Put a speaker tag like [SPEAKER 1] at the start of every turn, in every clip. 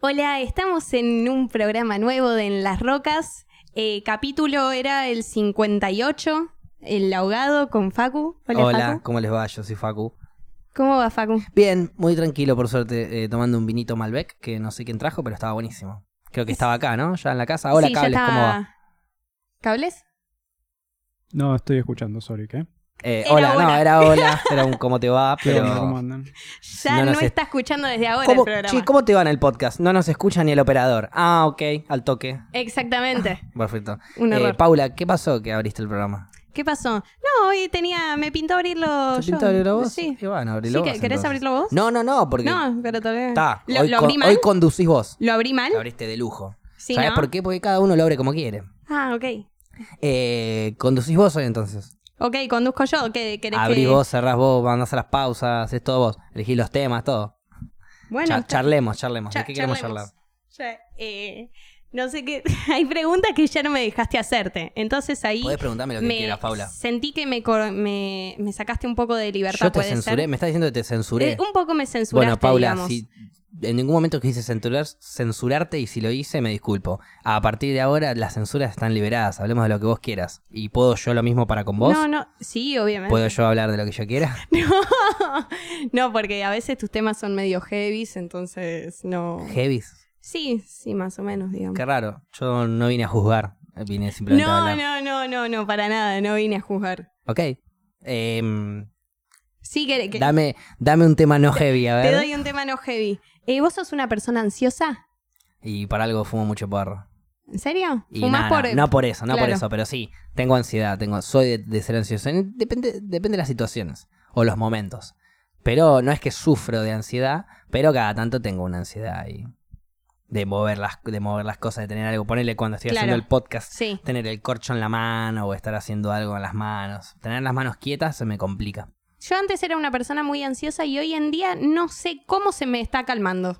[SPEAKER 1] Hola, estamos en un programa nuevo de En las Rocas. Eh, capítulo era el 58, El ahogado con Facu. Hola, Facu.
[SPEAKER 2] ¿cómo les va? Yo soy Facu.
[SPEAKER 1] ¿Cómo va Facu?
[SPEAKER 2] Bien, muy tranquilo, por suerte, eh, tomando un vinito Malbec, que no sé quién trajo, pero estaba buenísimo. Creo que estaba acá, ¿no? Ya en la casa. Hola,
[SPEAKER 1] Sí, ya
[SPEAKER 2] cables,
[SPEAKER 1] está-
[SPEAKER 2] ¿cómo va?
[SPEAKER 1] ¿Cables?
[SPEAKER 3] No, estoy escuchando, sorry, ¿qué?
[SPEAKER 2] Eh,
[SPEAKER 1] Era
[SPEAKER 2] hola, no,
[SPEAKER 1] hola.
[SPEAKER 2] era hola, era un cómo te va,
[SPEAKER 3] ¿Qué onda? ¿Cómo
[SPEAKER 2] pero...
[SPEAKER 3] andan?
[SPEAKER 1] Ya
[SPEAKER 2] No
[SPEAKER 1] no,
[SPEAKER 2] nos es-
[SPEAKER 1] está escuchando desde ahora
[SPEAKER 2] ¿Cómo,
[SPEAKER 1] el programa.
[SPEAKER 2] che, ¿cómo te va en el podcast? No nos escucha ni el operador. Ah, ok, al toque.
[SPEAKER 1] Exactamente.
[SPEAKER 2] Perfecto.
[SPEAKER 1] Un
[SPEAKER 2] Eh,
[SPEAKER 1] error.
[SPEAKER 2] Paula, ¿qué pasó que abriste el programa?
[SPEAKER 1] ¿Qué pasó? No, hoy tenía. Me pintó abrirlo.
[SPEAKER 2] ¿Te
[SPEAKER 1] Oh, yo.
[SPEAKER 2] pintó abrirlo vos?
[SPEAKER 1] Sí.
[SPEAKER 2] Y bueno,
[SPEAKER 1] Sí,
[SPEAKER 2] abrilo
[SPEAKER 1] ¿que-
[SPEAKER 2] vos,
[SPEAKER 1] ¿Querés
[SPEAKER 2] entonces.
[SPEAKER 1] abrirlo vos?
[SPEAKER 2] No, no, no, porque...
[SPEAKER 1] No, pero todavía.
[SPEAKER 2] Está,
[SPEAKER 1] ¿Lo,
[SPEAKER 2] hoy,
[SPEAKER 1] lo
[SPEAKER 2] con-
[SPEAKER 1] abrí mal?
[SPEAKER 2] hoy conducís vos.
[SPEAKER 1] ¿Lo abrí mal?
[SPEAKER 2] Lo abriste de lujo.
[SPEAKER 1] Sí,
[SPEAKER 2] ¿Sabés
[SPEAKER 1] ¿no?
[SPEAKER 2] por qué? Porque cada uno lo abre como quiere.
[SPEAKER 1] Ah, ok.
[SPEAKER 2] Eh, conducís vos hoy entonces.
[SPEAKER 1] Ok, conduzco yo. ¿Qué querés
[SPEAKER 2] Abrís
[SPEAKER 1] que.?
[SPEAKER 2] vos, cerrás vos, mandás a las pausas, es todo vos. Elegís los temas, todo.
[SPEAKER 1] Bueno,
[SPEAKER 2] Char-
[SPEAKER 1] está-
[SPEAKER 2] charlemos, charlemos.
[SPEAKER 1] cha-
[SPEAKER 2] ¿De qué queremos
[SPEAKER 1] charlemos.
[SPEAKER 2] charlar?
[SPEAKER 1] Ya, eh, no sé qué. Hay preguntas que ya no me dejaste hacerte. Entonces ahí.
[SPEAKER 2] Podés preguntarme lo que
[SPEAKER 1] me
[SPEAKER 2] quieras, Paula.
[SPEAKER 1] Sentí que me, cor- me, me sacaste un poco de libertad.
[SPEAKER 2] Yo te
[SPEAKER 1] ¿puede ser?
[SPEAKER 2] censuré, me estás diciendo que te censuré.
[SPEAKER 1] Eh, un poco me censuraste.
[SPEAKER 2] bueno, Paula,
[SPEAKER 1] digamos.
[SPEAKER 2] si en ningún momento quise censurar, censurarte y si lo hice, me disculpo. A partir de ahora, las censuras están liberadas. Hablemos de lo que vos quieras. ¿Y puedo yo lo mismo para con vos?
[SPEAKER 1] No, no. Sí, obviamente.
[SPEAKER 2] ¿Puedo yo hablar de lo que yo quiera?
[SPEAKER 1] No, no, porque a veces tus temas son medio heavy, entonces no.
[SPEAKER 2] Heavis.
[SPEAKER 1] Sí, sí, más o menos, digamos.
[SPEAKER 2] Qué raro. Yo no vine a juzgar. Vine simplemente a
[SPEAKER 1] No,
[SPEAKER 2] hablar.
[SPEAKER 1] no, no, no, no, para nada, no vine a juzgar.
[SPEAKER 2] Ok. Em,
[SPEAKER 1] Sí, que, que-
[SPEAKER 2] dame, dame un tema no heavy, a ver.
[SPEAKER 1] te doy un tema no heavy. Eh, ¿Vos sos una persona ansiosa?
[SPEAKER 2] Y para algo fumo mucho porro.
[SPEAKER 1] ¿En serio?
[SPEAKER 2] Y
[SPEAKER 1] ¿Fumás
[SPEAKER 2] nada,
[SPEAKER 1] por.?
[SPEAKER 2] no por eso, no por
[SPEAKER 1] claro.
[SPEAKER 2] eso, pero sí, tengo ansiedad, tengo, soy de, de ser ansioso. En- Depende, depende de las situaciones o los momentos. Pero no es que sufro de ansiedad, pero cada tanto tengo una ansiedad ahí. De mover las, de mover las cosas, de tener algo. Ponerle cuando estoy
[SPEAKER 1] Claro.
[SPEAKER 2] haciendo el podcast,
[SPEAKER 1] Sí.
[SPEAKER 2] tener el corcho en la mano o estar haciendo algo en las manos. Tener las manos quietas se me complica.
[SPEAKER 1] Yo antes era una persona muy ansiosa y hoy en día no sé cómo se me está calmando.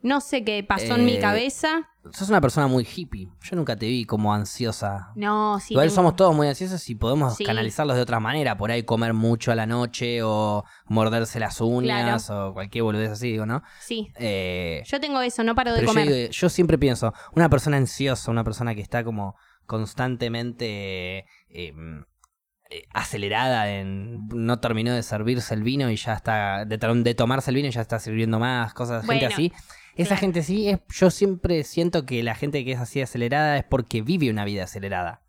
[SPEAKER 1] No sé qué pasó en mi
[SPEAKER 2] Eh,
[SPEAKER 1] cabeza.
[SPEAKER 2] Sos una persona muy hippie. Yo nunca te vi como ansiosa
[SPEAKER 1] No, sí.
[SPEAKER 2] Igual
[SPEAKER 1] tengo-
[SPEAKER 2] somos todos muy ansiosos y podemos
[SPEAKER 1] Sí.
[SPEAKER 2] canalizarlos de otra manera, por ahí comer mucho a la noche o morderse las uñas o cualquier boludez así, digo, ¿no?
[SPEAKER 1] Sí.
[SPEAKER 2] Eh,
[SPEAKER 1] Yo tengo eso, no paro de
[SPEAKER 2] pero yo,
[SPEAKER 1] comer.
[SPEAKER 2] digo- yo siempre pienso, una persona ansiosa, una persona que está como constantemente eh, eh, acelerada en no terminó de servirse el vino y ya está, de, to- de tomarse el vino y ya está sirviendo más, cosas, gente
[SPEAKER 1] Bueno,
[SPEAKER 2] así. Esa
[SPEAKER 1] claro.
[SPEAKER 2] gente sí, es, yo siempre siento que la gente que es así de acelerada es porque vive una vida acelerada.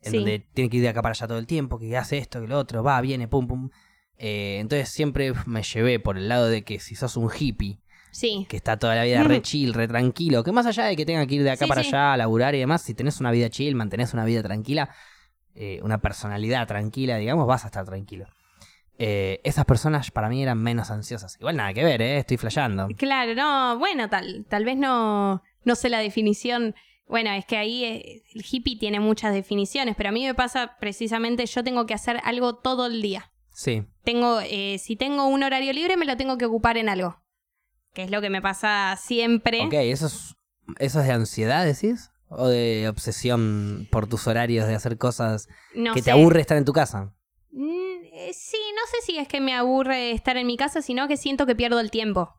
[SPEAKER 2] En
[SPEAKER 1] Sí.
[SPEAKER 2] donde tiene que ir de acá para allá todo el tiempo, que hace esto, que lo otro, va, viene, pum, pum. Eh, entonces siempre me llevé por el lado de que si sos un hippie
[SPEAKER 1] Sí.
[SPEAKER 2] que está toda la vida re chill, re tranquilo, que más allá de que tenga que ir de acá
[SPEAKER 1] Sí,
[SPEAKER 2] para
[SPEAKER 1] sí.
[SPEAKER 2] allá a laburar y demás, si tenés una vida chill, mantenés una vida tranquila, eh, una personalidad tranquila, digamos, vas a estar tranquilo. Eh, esas personas para mí eran menos ansiosas. Igual nada que ver, ¿eh? estoy flasheando.
[SPEAKER 1] Claro, no, bueno, tal, tal vez no, no sé la definición. Bueno, es que ahí eh, el hippie tiene muchas definiciones, pero a mí me pasa precisamente, yo tengo que hacer algo todo el día.
[SPEAKER 2] Sí,
[SPEAKER 1] Tengo, eh, si tengo un horario libre, me lo tengo que ocupar en algo. Que es lo que me pasa siempre.
[SPEAKER 2] ok, ¿eso es, eso es de ansiedad, decís? ¿O de obsesión por tus horarios de hacer cosas
[SPEAKER 1] No
[SPEAKER 2] que
[SPEAKER 1] sé.
[SPEAKER 2] te aburre estar en tu casa?
[SPEAKER 1] Mm, eh, sí, no sé si es que me aburre estar en mi casa, sino que siento que pierdo el tiempo.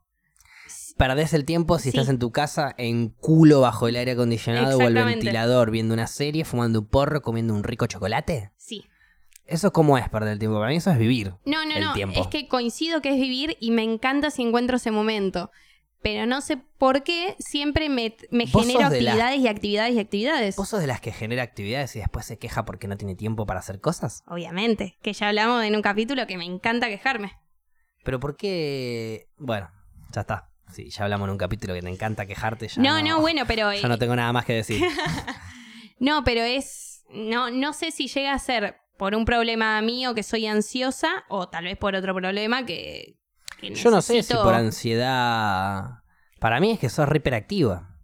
[SPEAKER 2] Perdés el tiempo si
[SPEAKER 1] Sí.
[SPEAKER 2] estás en tu casa en culo bajo el aire acondicionado o el
[SPEAKER 1] Exactamente.
[SPEAKER 2] ventilador, viendo una serie, fumando un porro, comiendo un rico chocolate.
[SPEAKER 1] Sí.
[SPEAKER 2] ¿Eso cómo es perder el tiempo? Para mí eso es vivir.
[SPEAKER 1] No, no,
[SPEAKER 2] el
[SPEAKER 1] no.
[SPEAKER 2] tiempo.
[SPEAKER 1] Es que coincido que es vivir y me encanta si encuentro ese momento. Pero no sé por qué siempre me, me
[SPEAKER 2] Vos
[SPEAKER 1] genero
[SPEAKER 2] sos de la-
[SPEAKER 1] actividades y actividades y actividades.
[SPEAKER 2] ¿Vos sos de las que genera actividades y después se queja porque no tiene tiempo para hacer cosas?
[SPEAKER 1] Obviamente, que ya hablamos en un capítulo que me encanta quejarme.
[SPEAKER 2] Pero ¿por qué...? Bueno, ya está. Sí, ya hablamos en un capítulo que te encanta quejarte. Ya
[SPEAKER 1] no, no, bueno, pero eh,
[SPEAKER 2] Yo no tengo nada más que decir.
[SPEAKER 1] no, pero es no no sé si llega a ser por un problema mío que soy ansiosa o tal vez por otro problema que, que
[SPEAKER 2] Yo no sé si
[SPEAKER 1] necesito-
[SPEAKER 2] por ansiedad... Para mí es que sos re hiperactiva.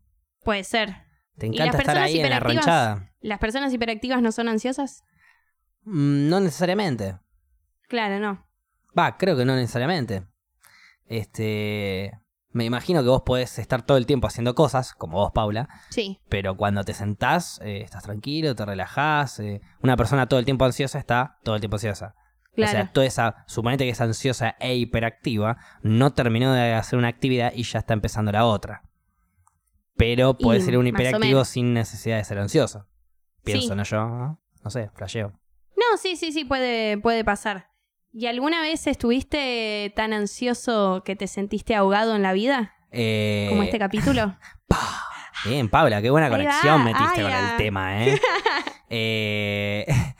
[SPEAKER 1] puede ser.
[SPEAKER 2] Te
[SPEAKER 1] ¿Y las
[SPEAKER 2] encanta estar
[SPEAKER 1] personas
[SPEAKER 2] ahí en la
[SPEAKER 1] hiperactivas?
[SPEAKER 2] ranchada.
[SPEAKER 1] Las personas hiperactivas no son ansiosas?
[SPEAKER 2] Mm, No necesariamente.
[SPEAKER 1] Claro, no.
[SPEAKER 2] Va, creo que no necesariamente. Este. Me imagino que vos podés estar todo el tiempo haciendo cosas, como vos, Paula,
[SPEAKER 1] Sí.
[SPEAKER 2] pero cuando te sentás, eh, estás tranquilo, te relajás. eh. Una persona todo el tiempo ansiosa está todo el tiempo ansiosa.
[SPEAKER 1] Claro.
[SPEAKER 2] O sea, toda esa, suponete que es ansiosa e hiperactiva, no terminó de hacer una actividad y ya está empezando la otra. Pero puede
[SPEAKER 1] Y,
[SPEAKER 2] ser un
[SPEAKER 1] más o
[SPEAKER 2] hiperactivo
[SPEAKER 1] menos.
[SPEAKER 2] sin necesidad de ser ansioso. Pienso,
[SPEAKER 1] Sí.
[SPEAKER 2] ¿no? Yo, ¿no? No sé, flasheo.
[SPEAKER 1] No, sí, sí, sí, puede, puede pasar. ¿Y alguna vez estuviste tan ansioso que te sentiste ahogado en la vida?
[SPEAKER 2] Eh,
[SPEAKER 1] Como este capítulo.
[SPEAKER 2] Bien, Paula, qué buena
[SPEAKER 1] Ahí va,
[SPEAKER 2] conexión metiste
[SPEAKER 1] ay,
[SPEAKER 2] con
[SPEAKER 1] ah.
[SPEAKER 2] el tema, ¿eh? Eh,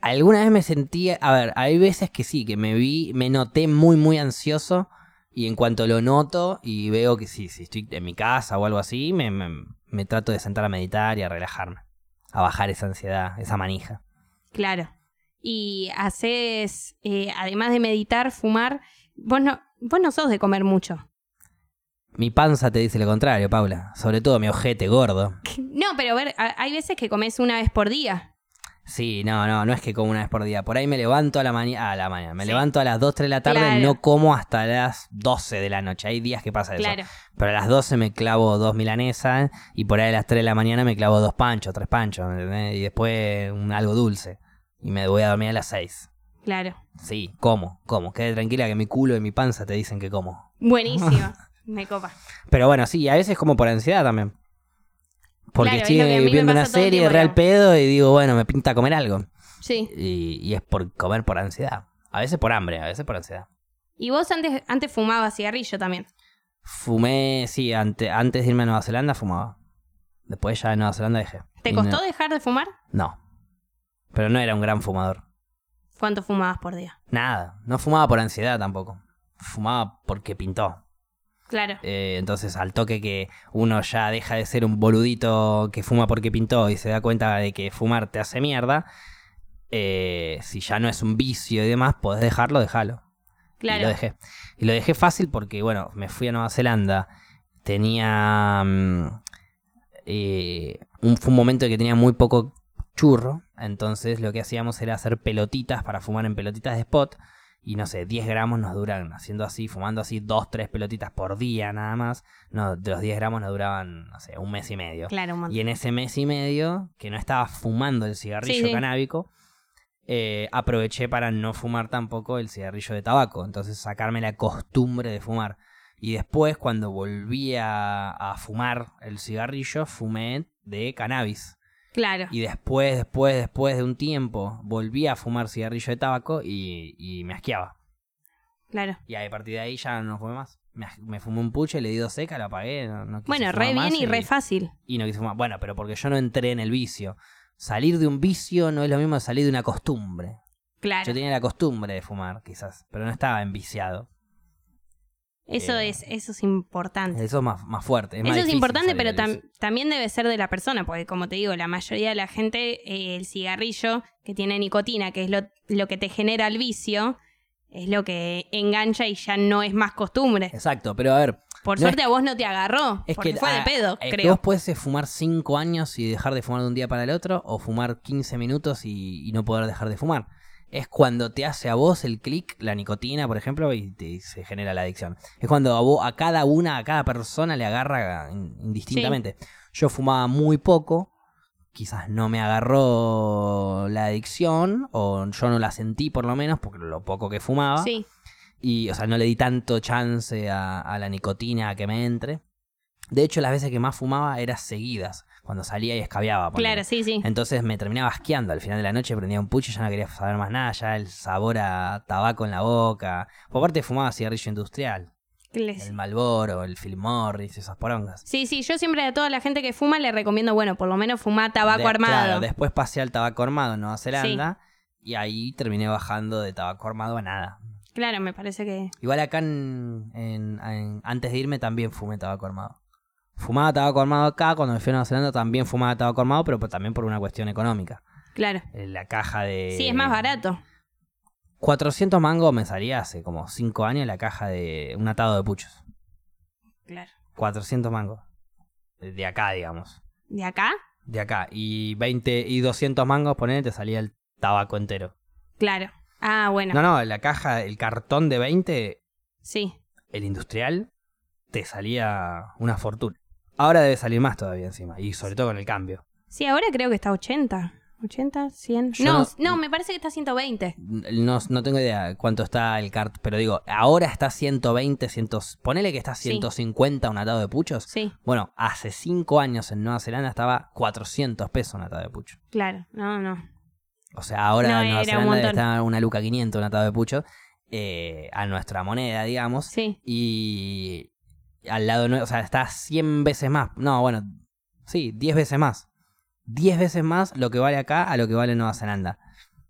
[SPEAKER 2] Alguna vez me sentí, a ver, hay veces que sí, que me vi, me noté muy, muy ansioso y en cuanto lo noto y veo que sí, si estoy en mi casa o algo así, me, me- me trato de sentar a meditar y a relajarme, a bajar esa ansiedad, esa manija.
[SPEAKER 1] Claro. Y haces, eh, además de meditar, fumar, vos no, vos no sos de comer mucho.
[SPEAKER 2] Mi panza te dice lo contrario, Paula, sobre todo mi ojete gordo.
[SPEAKER 1] No, pero a ver, a- hay veces que comes una vez por día.
[SPEAKER 2] Sí, no, no, no es que como una vez por día. Por ahí me levanto a la mañana, a la mañana, me
[SPEAKER 1] Sí.
[SPEAKER 2] levanto a las 2, 3 de la tarde,
[SPEAKER 1] Claro.
[SPEAKER 2] no como hasta las 12 de la noche. Hay días que pasa eso.
[SPEAKER 1] Claro.
[SPEAKER 2] Pero a las 12 me clavo dos milanesas y por ahí a las 3 de la mañana me clavo dos panchos, tres panchos, ¿me entendés? Y después un- algo dulce. Y me voy a dormir a las 6.
[SPEAKER 1] Claro.
[SPEAKER 2] Sí, como, como. Quede tranquila que mi culo y mi panza te dicen que como.
[SPEAKER 1] Buenísimo. Me copa.
[SPEAKER 2] Pero bueno, sí, a veces como por ansiedad también. Porque
[SPEAKER 1] Claro, es
[SPEAKER 2] estoy
[SPEAKER 1] lo que a mí me
[SPEAKER 2] viendo una
[SPEAKER 1] pasa todo el
[SPEAKER 2] serie
[SPEAKER 1] tiempo,
[SPEAKER 2] real
[SPEAKER 1] ¿no?
[SPEAKER 2] pedo y digo, bueno, me pinta comer algo.
[SPEAKER 1] Sí.
[SPEAKER 2] Y, y es por comer por ansiedad. A veces por hambre, a veces por ansiedad.
[SPEAKER 1] Y vos antes, antes fumabas cigarrillo también.
[SPEAKER 2] Fumé, sí, ante- antes de irme a Nueva Zelanda fumaba. Después ya de Nueva Zelanda dejé.
[SPEAKER 1] ¿Te
[SPEAKER 2] Y
[SPEAKER 1] costó
[SPEAKER 2] No,
[SPEAKER 1] dejar de fumar?
[SPEAKER 2] no. Pero no era un gran fumador.
[SPEAKER 1] ¿Cuánto fumabas por día?
[SPEAKER 2] Nada. No fumaba por ansiedad tampoco. Fumaba porque pintó.
[SPEAKER 1] Claro.
[SPEAKER 2] Eh, entonces, al toque que uno ya deja de ser un boludito que fuma porque pintó y se da cuenta de que fumar te hace mierda, eh, si ya no es un vicio y demás, podés dejarlo, déjalo. Y lo
[SPEAKER 1] Claro.
[SPEAKER 2] dejé. Y lo dejé fácil porque, bueno, me fui a Nueva Zelanda. Tenía. mm, eh, un, fue un momento que tenía muy poco churro. Entonces lo que hacíamos era hacer pelotitas para fumar en pelotitas de spot. Y no sé, 10 gramos nos duran haciendo así, fumando así, 2, 3 pelotitas por día nada más. No, de los 10 gramos nos duraban, no sé, un mes y medio.
[SPEAKER 1] Claro, un montón.
[SPEAKER 2] Y en ese mes y medio, que no estaba fumando el cigarrillo
[SPEAKER 1] Sí, sí.
[SPEAKER 2] canábico, eh, aproveché para no fumar tampoco el cigarrillo de tabaco. Entonces sacarme la costumbre de fumar. Y después, cuando volví a, a fumar el cigarrillo, fumé de cannabis.
[SPEAKER 1] Claro.
[SPEAKER 2] Y después, después, después de un tiempo, volví a fumar cigarrillo de tabaco y, y me asqueaba.
[SPEAKER 1] Claro.
[SPEAKER 2] Y a partir de ahí ya no fumé más. Me, as- me fumé un puche, le di dos secas, lo apagué. No, no quise
[SPEAKER 1] Bueno,
[SPEAKER 2] fumar
[SPEAKER 1] re
[SPEAKER 2] más
[SPEAKER 1] bien y re fácil.
[SPEAKER 2] y no quise fumar. Bueno, pero porque yo no entré en el vicio. Salir de un vicio no es lo mismo que salir de una costumbre.
[SPEAKER 1] Claro.
[SPEAKER 2] Yo tenía la costumbre de fumar, quizás, pero no estaba enviciado.
[SPEAKER 1] Eso
[SPEAKER 2] Eh,
[SPEAKER 1] es, eso es importante.
[SPEAKER 2] Eso es más, más fuerte. más
[SPEAKER 1] eso es
[SPEAKER 2] difícil
[SPEAKER 1] importante,
[SPEAKER 2] salir
[SPEAKER 1] pero
[SPEAKER 2] del
[SPEAKER 1] tam-
[SPEAKER 2] vicio.
[SPEAKER 1] también debe ser de la persona, porque como te digo, la mayoría de la gente, eh, el cigarrillo que tiene nicotina, que es lo, lo que te genera el vicio, es lo que engancha y ya no es más costumbre.
[SPEAKER 2] Exacto, pero a ver.
[SPEAKER 1] Por
[SPEAKER 2] no es-
[SPEAKER 1] suerte a vos no te agarró,
[SPEAKER 2] Es
[SPEAKER 1] porque
[SPEAKER 2] que,
[SPEAKER 1] fue de
[SPEAKER 2] ah,
[SPEAKER 1] pedo,
[SPEAKER 2] es que
[SPEAKER 1] creo.
[SPEAKER 2] vos puedes eh, fumar 5 años y dejar de fumar de un día para el otro, o fumar 15 minutos y, y no poder dejar de fumar. Es cuando te hace a vos el clic, la nicotina, por ejemplo, y, te- y se genera la adicción. Es cuando a, vos, a cada una, a cada persona le agarra in- indistintamente. Yo fumaba muy poco, quizás no me agarró la adicción, o yo no la sentí por lo menos, porque lo poco que fumaba.
[SPEAKER 1] Sí,
[SPEAKER 2] Y, o sea, no le di tanto chance a, a la nicotina a que me entre. De hecho, las veces que más fumaba eran seguidas, cuando salía y escabeaba. ponele.
[SPEAKER 1] claro, sí, sí.
[SPEAKER 2] Entonces me terminaba asqueando. Al final de la noche prendía un pucho y ya no quería saber más nada. Ya el sabor a tabaco en la boca. Por parte fumaba cigarrillo industrial.
[SPEAKER 1] Les-
[SPEAKER 2] El Malboro, el Phil Morris, esas porongas.
[SPEAKER 1] Sí, sí, yo siempre a toda la gente que fuma le recomiendo, bueno, por lo menos fumar tabaco
[SPEAKER 2] De-
[SPEAKER 1] armado.
[SPEAKER 2] claro, después pasé al tabaco armado en Nueva Zelanda. Y ahí terminé bajando de tabaco armado a nada.
[SPEAKER 1] Claro, me parece que...
[SPEAKER 2] Igual acá en, en- en- antes de irme también fumé tabaco armado. Fumaba tabaco armado acá, cuando me fui a Nueva Zelanda también fumaba tabaco armado, pero por- también por una cuestión económica.
[SPEAKER 1] Claro.
[SPEAKER 2] Eh, La caja de...
[SPEAKER 1] Sí, es más barato.
[SPEAKER 2] 400 mangos me salía hace como 5 años la caja de un atado de puchos.
[SPEAKER 1] Claro.
[SPEAKER 2] 400 mangos. De acá, digamos.
[SPEAKER 1] ¿De acá?
[SPEAKER 2] De acá. Y 20 y 200 mangos, ponele, te salía el tabaco entero.
[SPEAKER 1] Claro. Ah, bueno.
[SPEAKER 2] No, no, la caja, el cartón de 20
[SPEAKER 1] Sí.
[SPEAKER 2] el industrial, te salía una fortuna. Ahora debe salir más todavía encima, y sobre todo con el cambio.
[SPEAKER 1] Sí, ahora creo que está 80. ¿80? ¿100?
[SPEAKER 2] Yo
[SPEAKER 1] No,
[SPEAKER 2] no-
[SPEAKER 1] no, me parece que está 120.
[SPEAKER 2] No, no tengo idea cuánto está el cart, pero digo, ahora está 120, 100, ponele que está
[SPEAKER 1] Sí.
[SPEAKER 2] 150 un atado de puchos.
[SPEAKER 1] Sí,
[SPEAKER 2] Bueno, hace 5 años en Nueva Zelanda estaba 400 pesos un atado de pucho.
[SPEAKER 1] claro. No, no.
[SPEAKER 2] O sea, ahora
[SPEAKER 1] No,
[SPEAKER 2] en
[SPEAKER 1] era
[SPEAKER 2] Nueva
[SPEAKER 1] un
[SPEAKER 2] Zelanda
[SPEAKER 1] montón.
[SPEAKER 2] está una luca 500 un atado de pucho eh, a nuestra moneda, digamos.
[SPEAKER 1] Sí.
[SPEAKER 2] Y al lado, nue- o sea, está 100 veces más. No, bueno, sí, 10 veces más. 10 veces más lo que vale acá a lo que vale en Nueva Zelanda.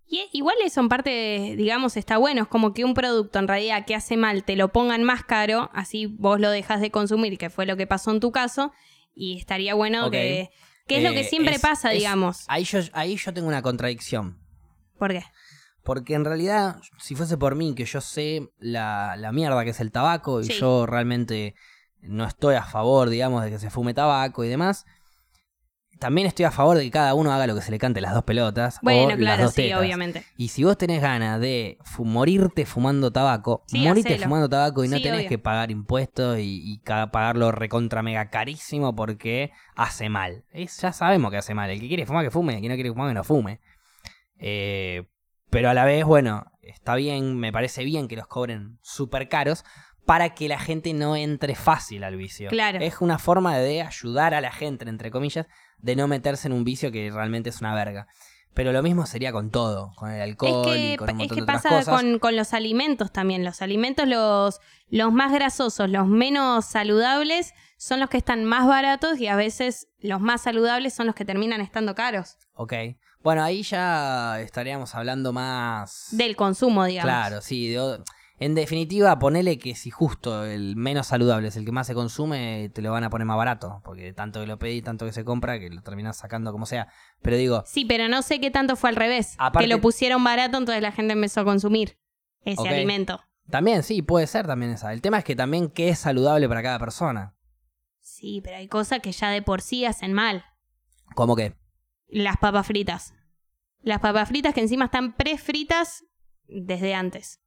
[SPEAKER 1] Y e- igual eso en parte, de- digamos, está bueno. Es como que un producto en realidad que hace mal te lo pongan más caro, así vos lo dejas de consumir, que fue lo que pasó en tu caso. Y estaría bueno
[SPEAKER 2] Ok.
[SPEAKER 1] que. Que es lo
[SPEAKER 2] Eh,
[SPEAKER 1] que siempre
[SPEAKER 2] es-
[SPEAKER 1] pasa,
[SPEAKER 2] es-
[SPEAKER 1] digamos.
[SPEAKER 2] Ahí yo, ahí yo tengo una contradicción.
[SPEAKER 1] ¿Por qué?
[SPEAKER 2] Porque en realidad, si fuese por mí, que yo sé la, la mierda que es el tabaco y
[SPEAKER 1] Sí.
[SPEAKER 2] yo realmente no estoy a favor, digamos, de que se fume tabaco y demás, también estoy a favor de que cada uno haga lo que se le cante las dos pelotas. o
[SPEAKER 1] Bueno,
[SPEAKER 2] las
[SPEAKER 1] claro,
[SPEAKER 2] dos
[SPEAKER 1] sí,
[SPEAKER 2] tetas.
[SPEAKER 1] obviamente.
[SPEAKER 2] Y si vos tenés ganas de fu- morirte fumando tabaco,
[SPEAKER 1] Sí,
[SPEAKER 2] morite
[SPEAKER 1] hacelo.
[SPEAKER 2] fumando tabaco y no
[SPEAKER 1] Sí,
[SPEAKER 2] tenés
[SPEAKER 1] obvio.
[SPEAKER 2] que pagar impuestos y, y ca- pagarlo recontra mega carísimo porque hace mal. Es- ya sabemos que hace mal. El que quiere fumar que fume, el que no quiere fumar que no fume. Eh, pero a la vez, bueno, está bien, me parece bien que los cobren súper caros para que la gente no entre fácil al vicio.
[SPEAKER 1] Claro.
[SPEAKER 2] Es una forma de ayudar a la gente, entre comillas, de no meterse en un vicio que realmente es una verga. Pero lo mismo sería con todo, con el alcohol y
[SPEAKER 1] es
[SPEAKER 2] con un
[SPEAKER 1] que, es
[SPEAKER 2] montón
[SPEAKER 1] que
[SPEAKER 2] de otras
[SPEAKER 1] pasa
[SPEAKER 2] cosas.
[SPEAKER 1] con, con los alimentos también. Los alimentos, los, los más grasosos, los menos saludables, son los que están más baratos y a veces los más saludables son los que terminan estando caros.
[SPEAKER 2] Ok. Bueno, ahí ya estaríamos hablando más.
[SPEAKER 1] Del consumo, digamos.
[SPEAKER 2] Claro, sí. de o- en definitiva, ponele que si justo el menos saludable es el que más se consume, te lo van a poner más barato. Porque tanto que lo pedís, tanto que se compra, que lo terminás sacando como sea. Pero digo,
[SPEAKER 1] Sí, pero no sé qué tanto fue al revés.
[SPEAKER 2] Aparte-
[SPEAKER 1] que lo pusieron barato, entonces la gente empezó a consumir ese
[SPEAKER 2] Ok.
[SPEAKER 1] alimento.
[SPEAKER 2] también sí, puede ser también esa. El tema es que también qué es saludable para cada persona.
[SPEAKER 1] Sí, pero hay cosas que ya de por sí hacen mal.
[SPEAKER 2] Como que,
[SPEAKER 1] Las papas fritas. Las papas fritas que encima están prefritas desde antes.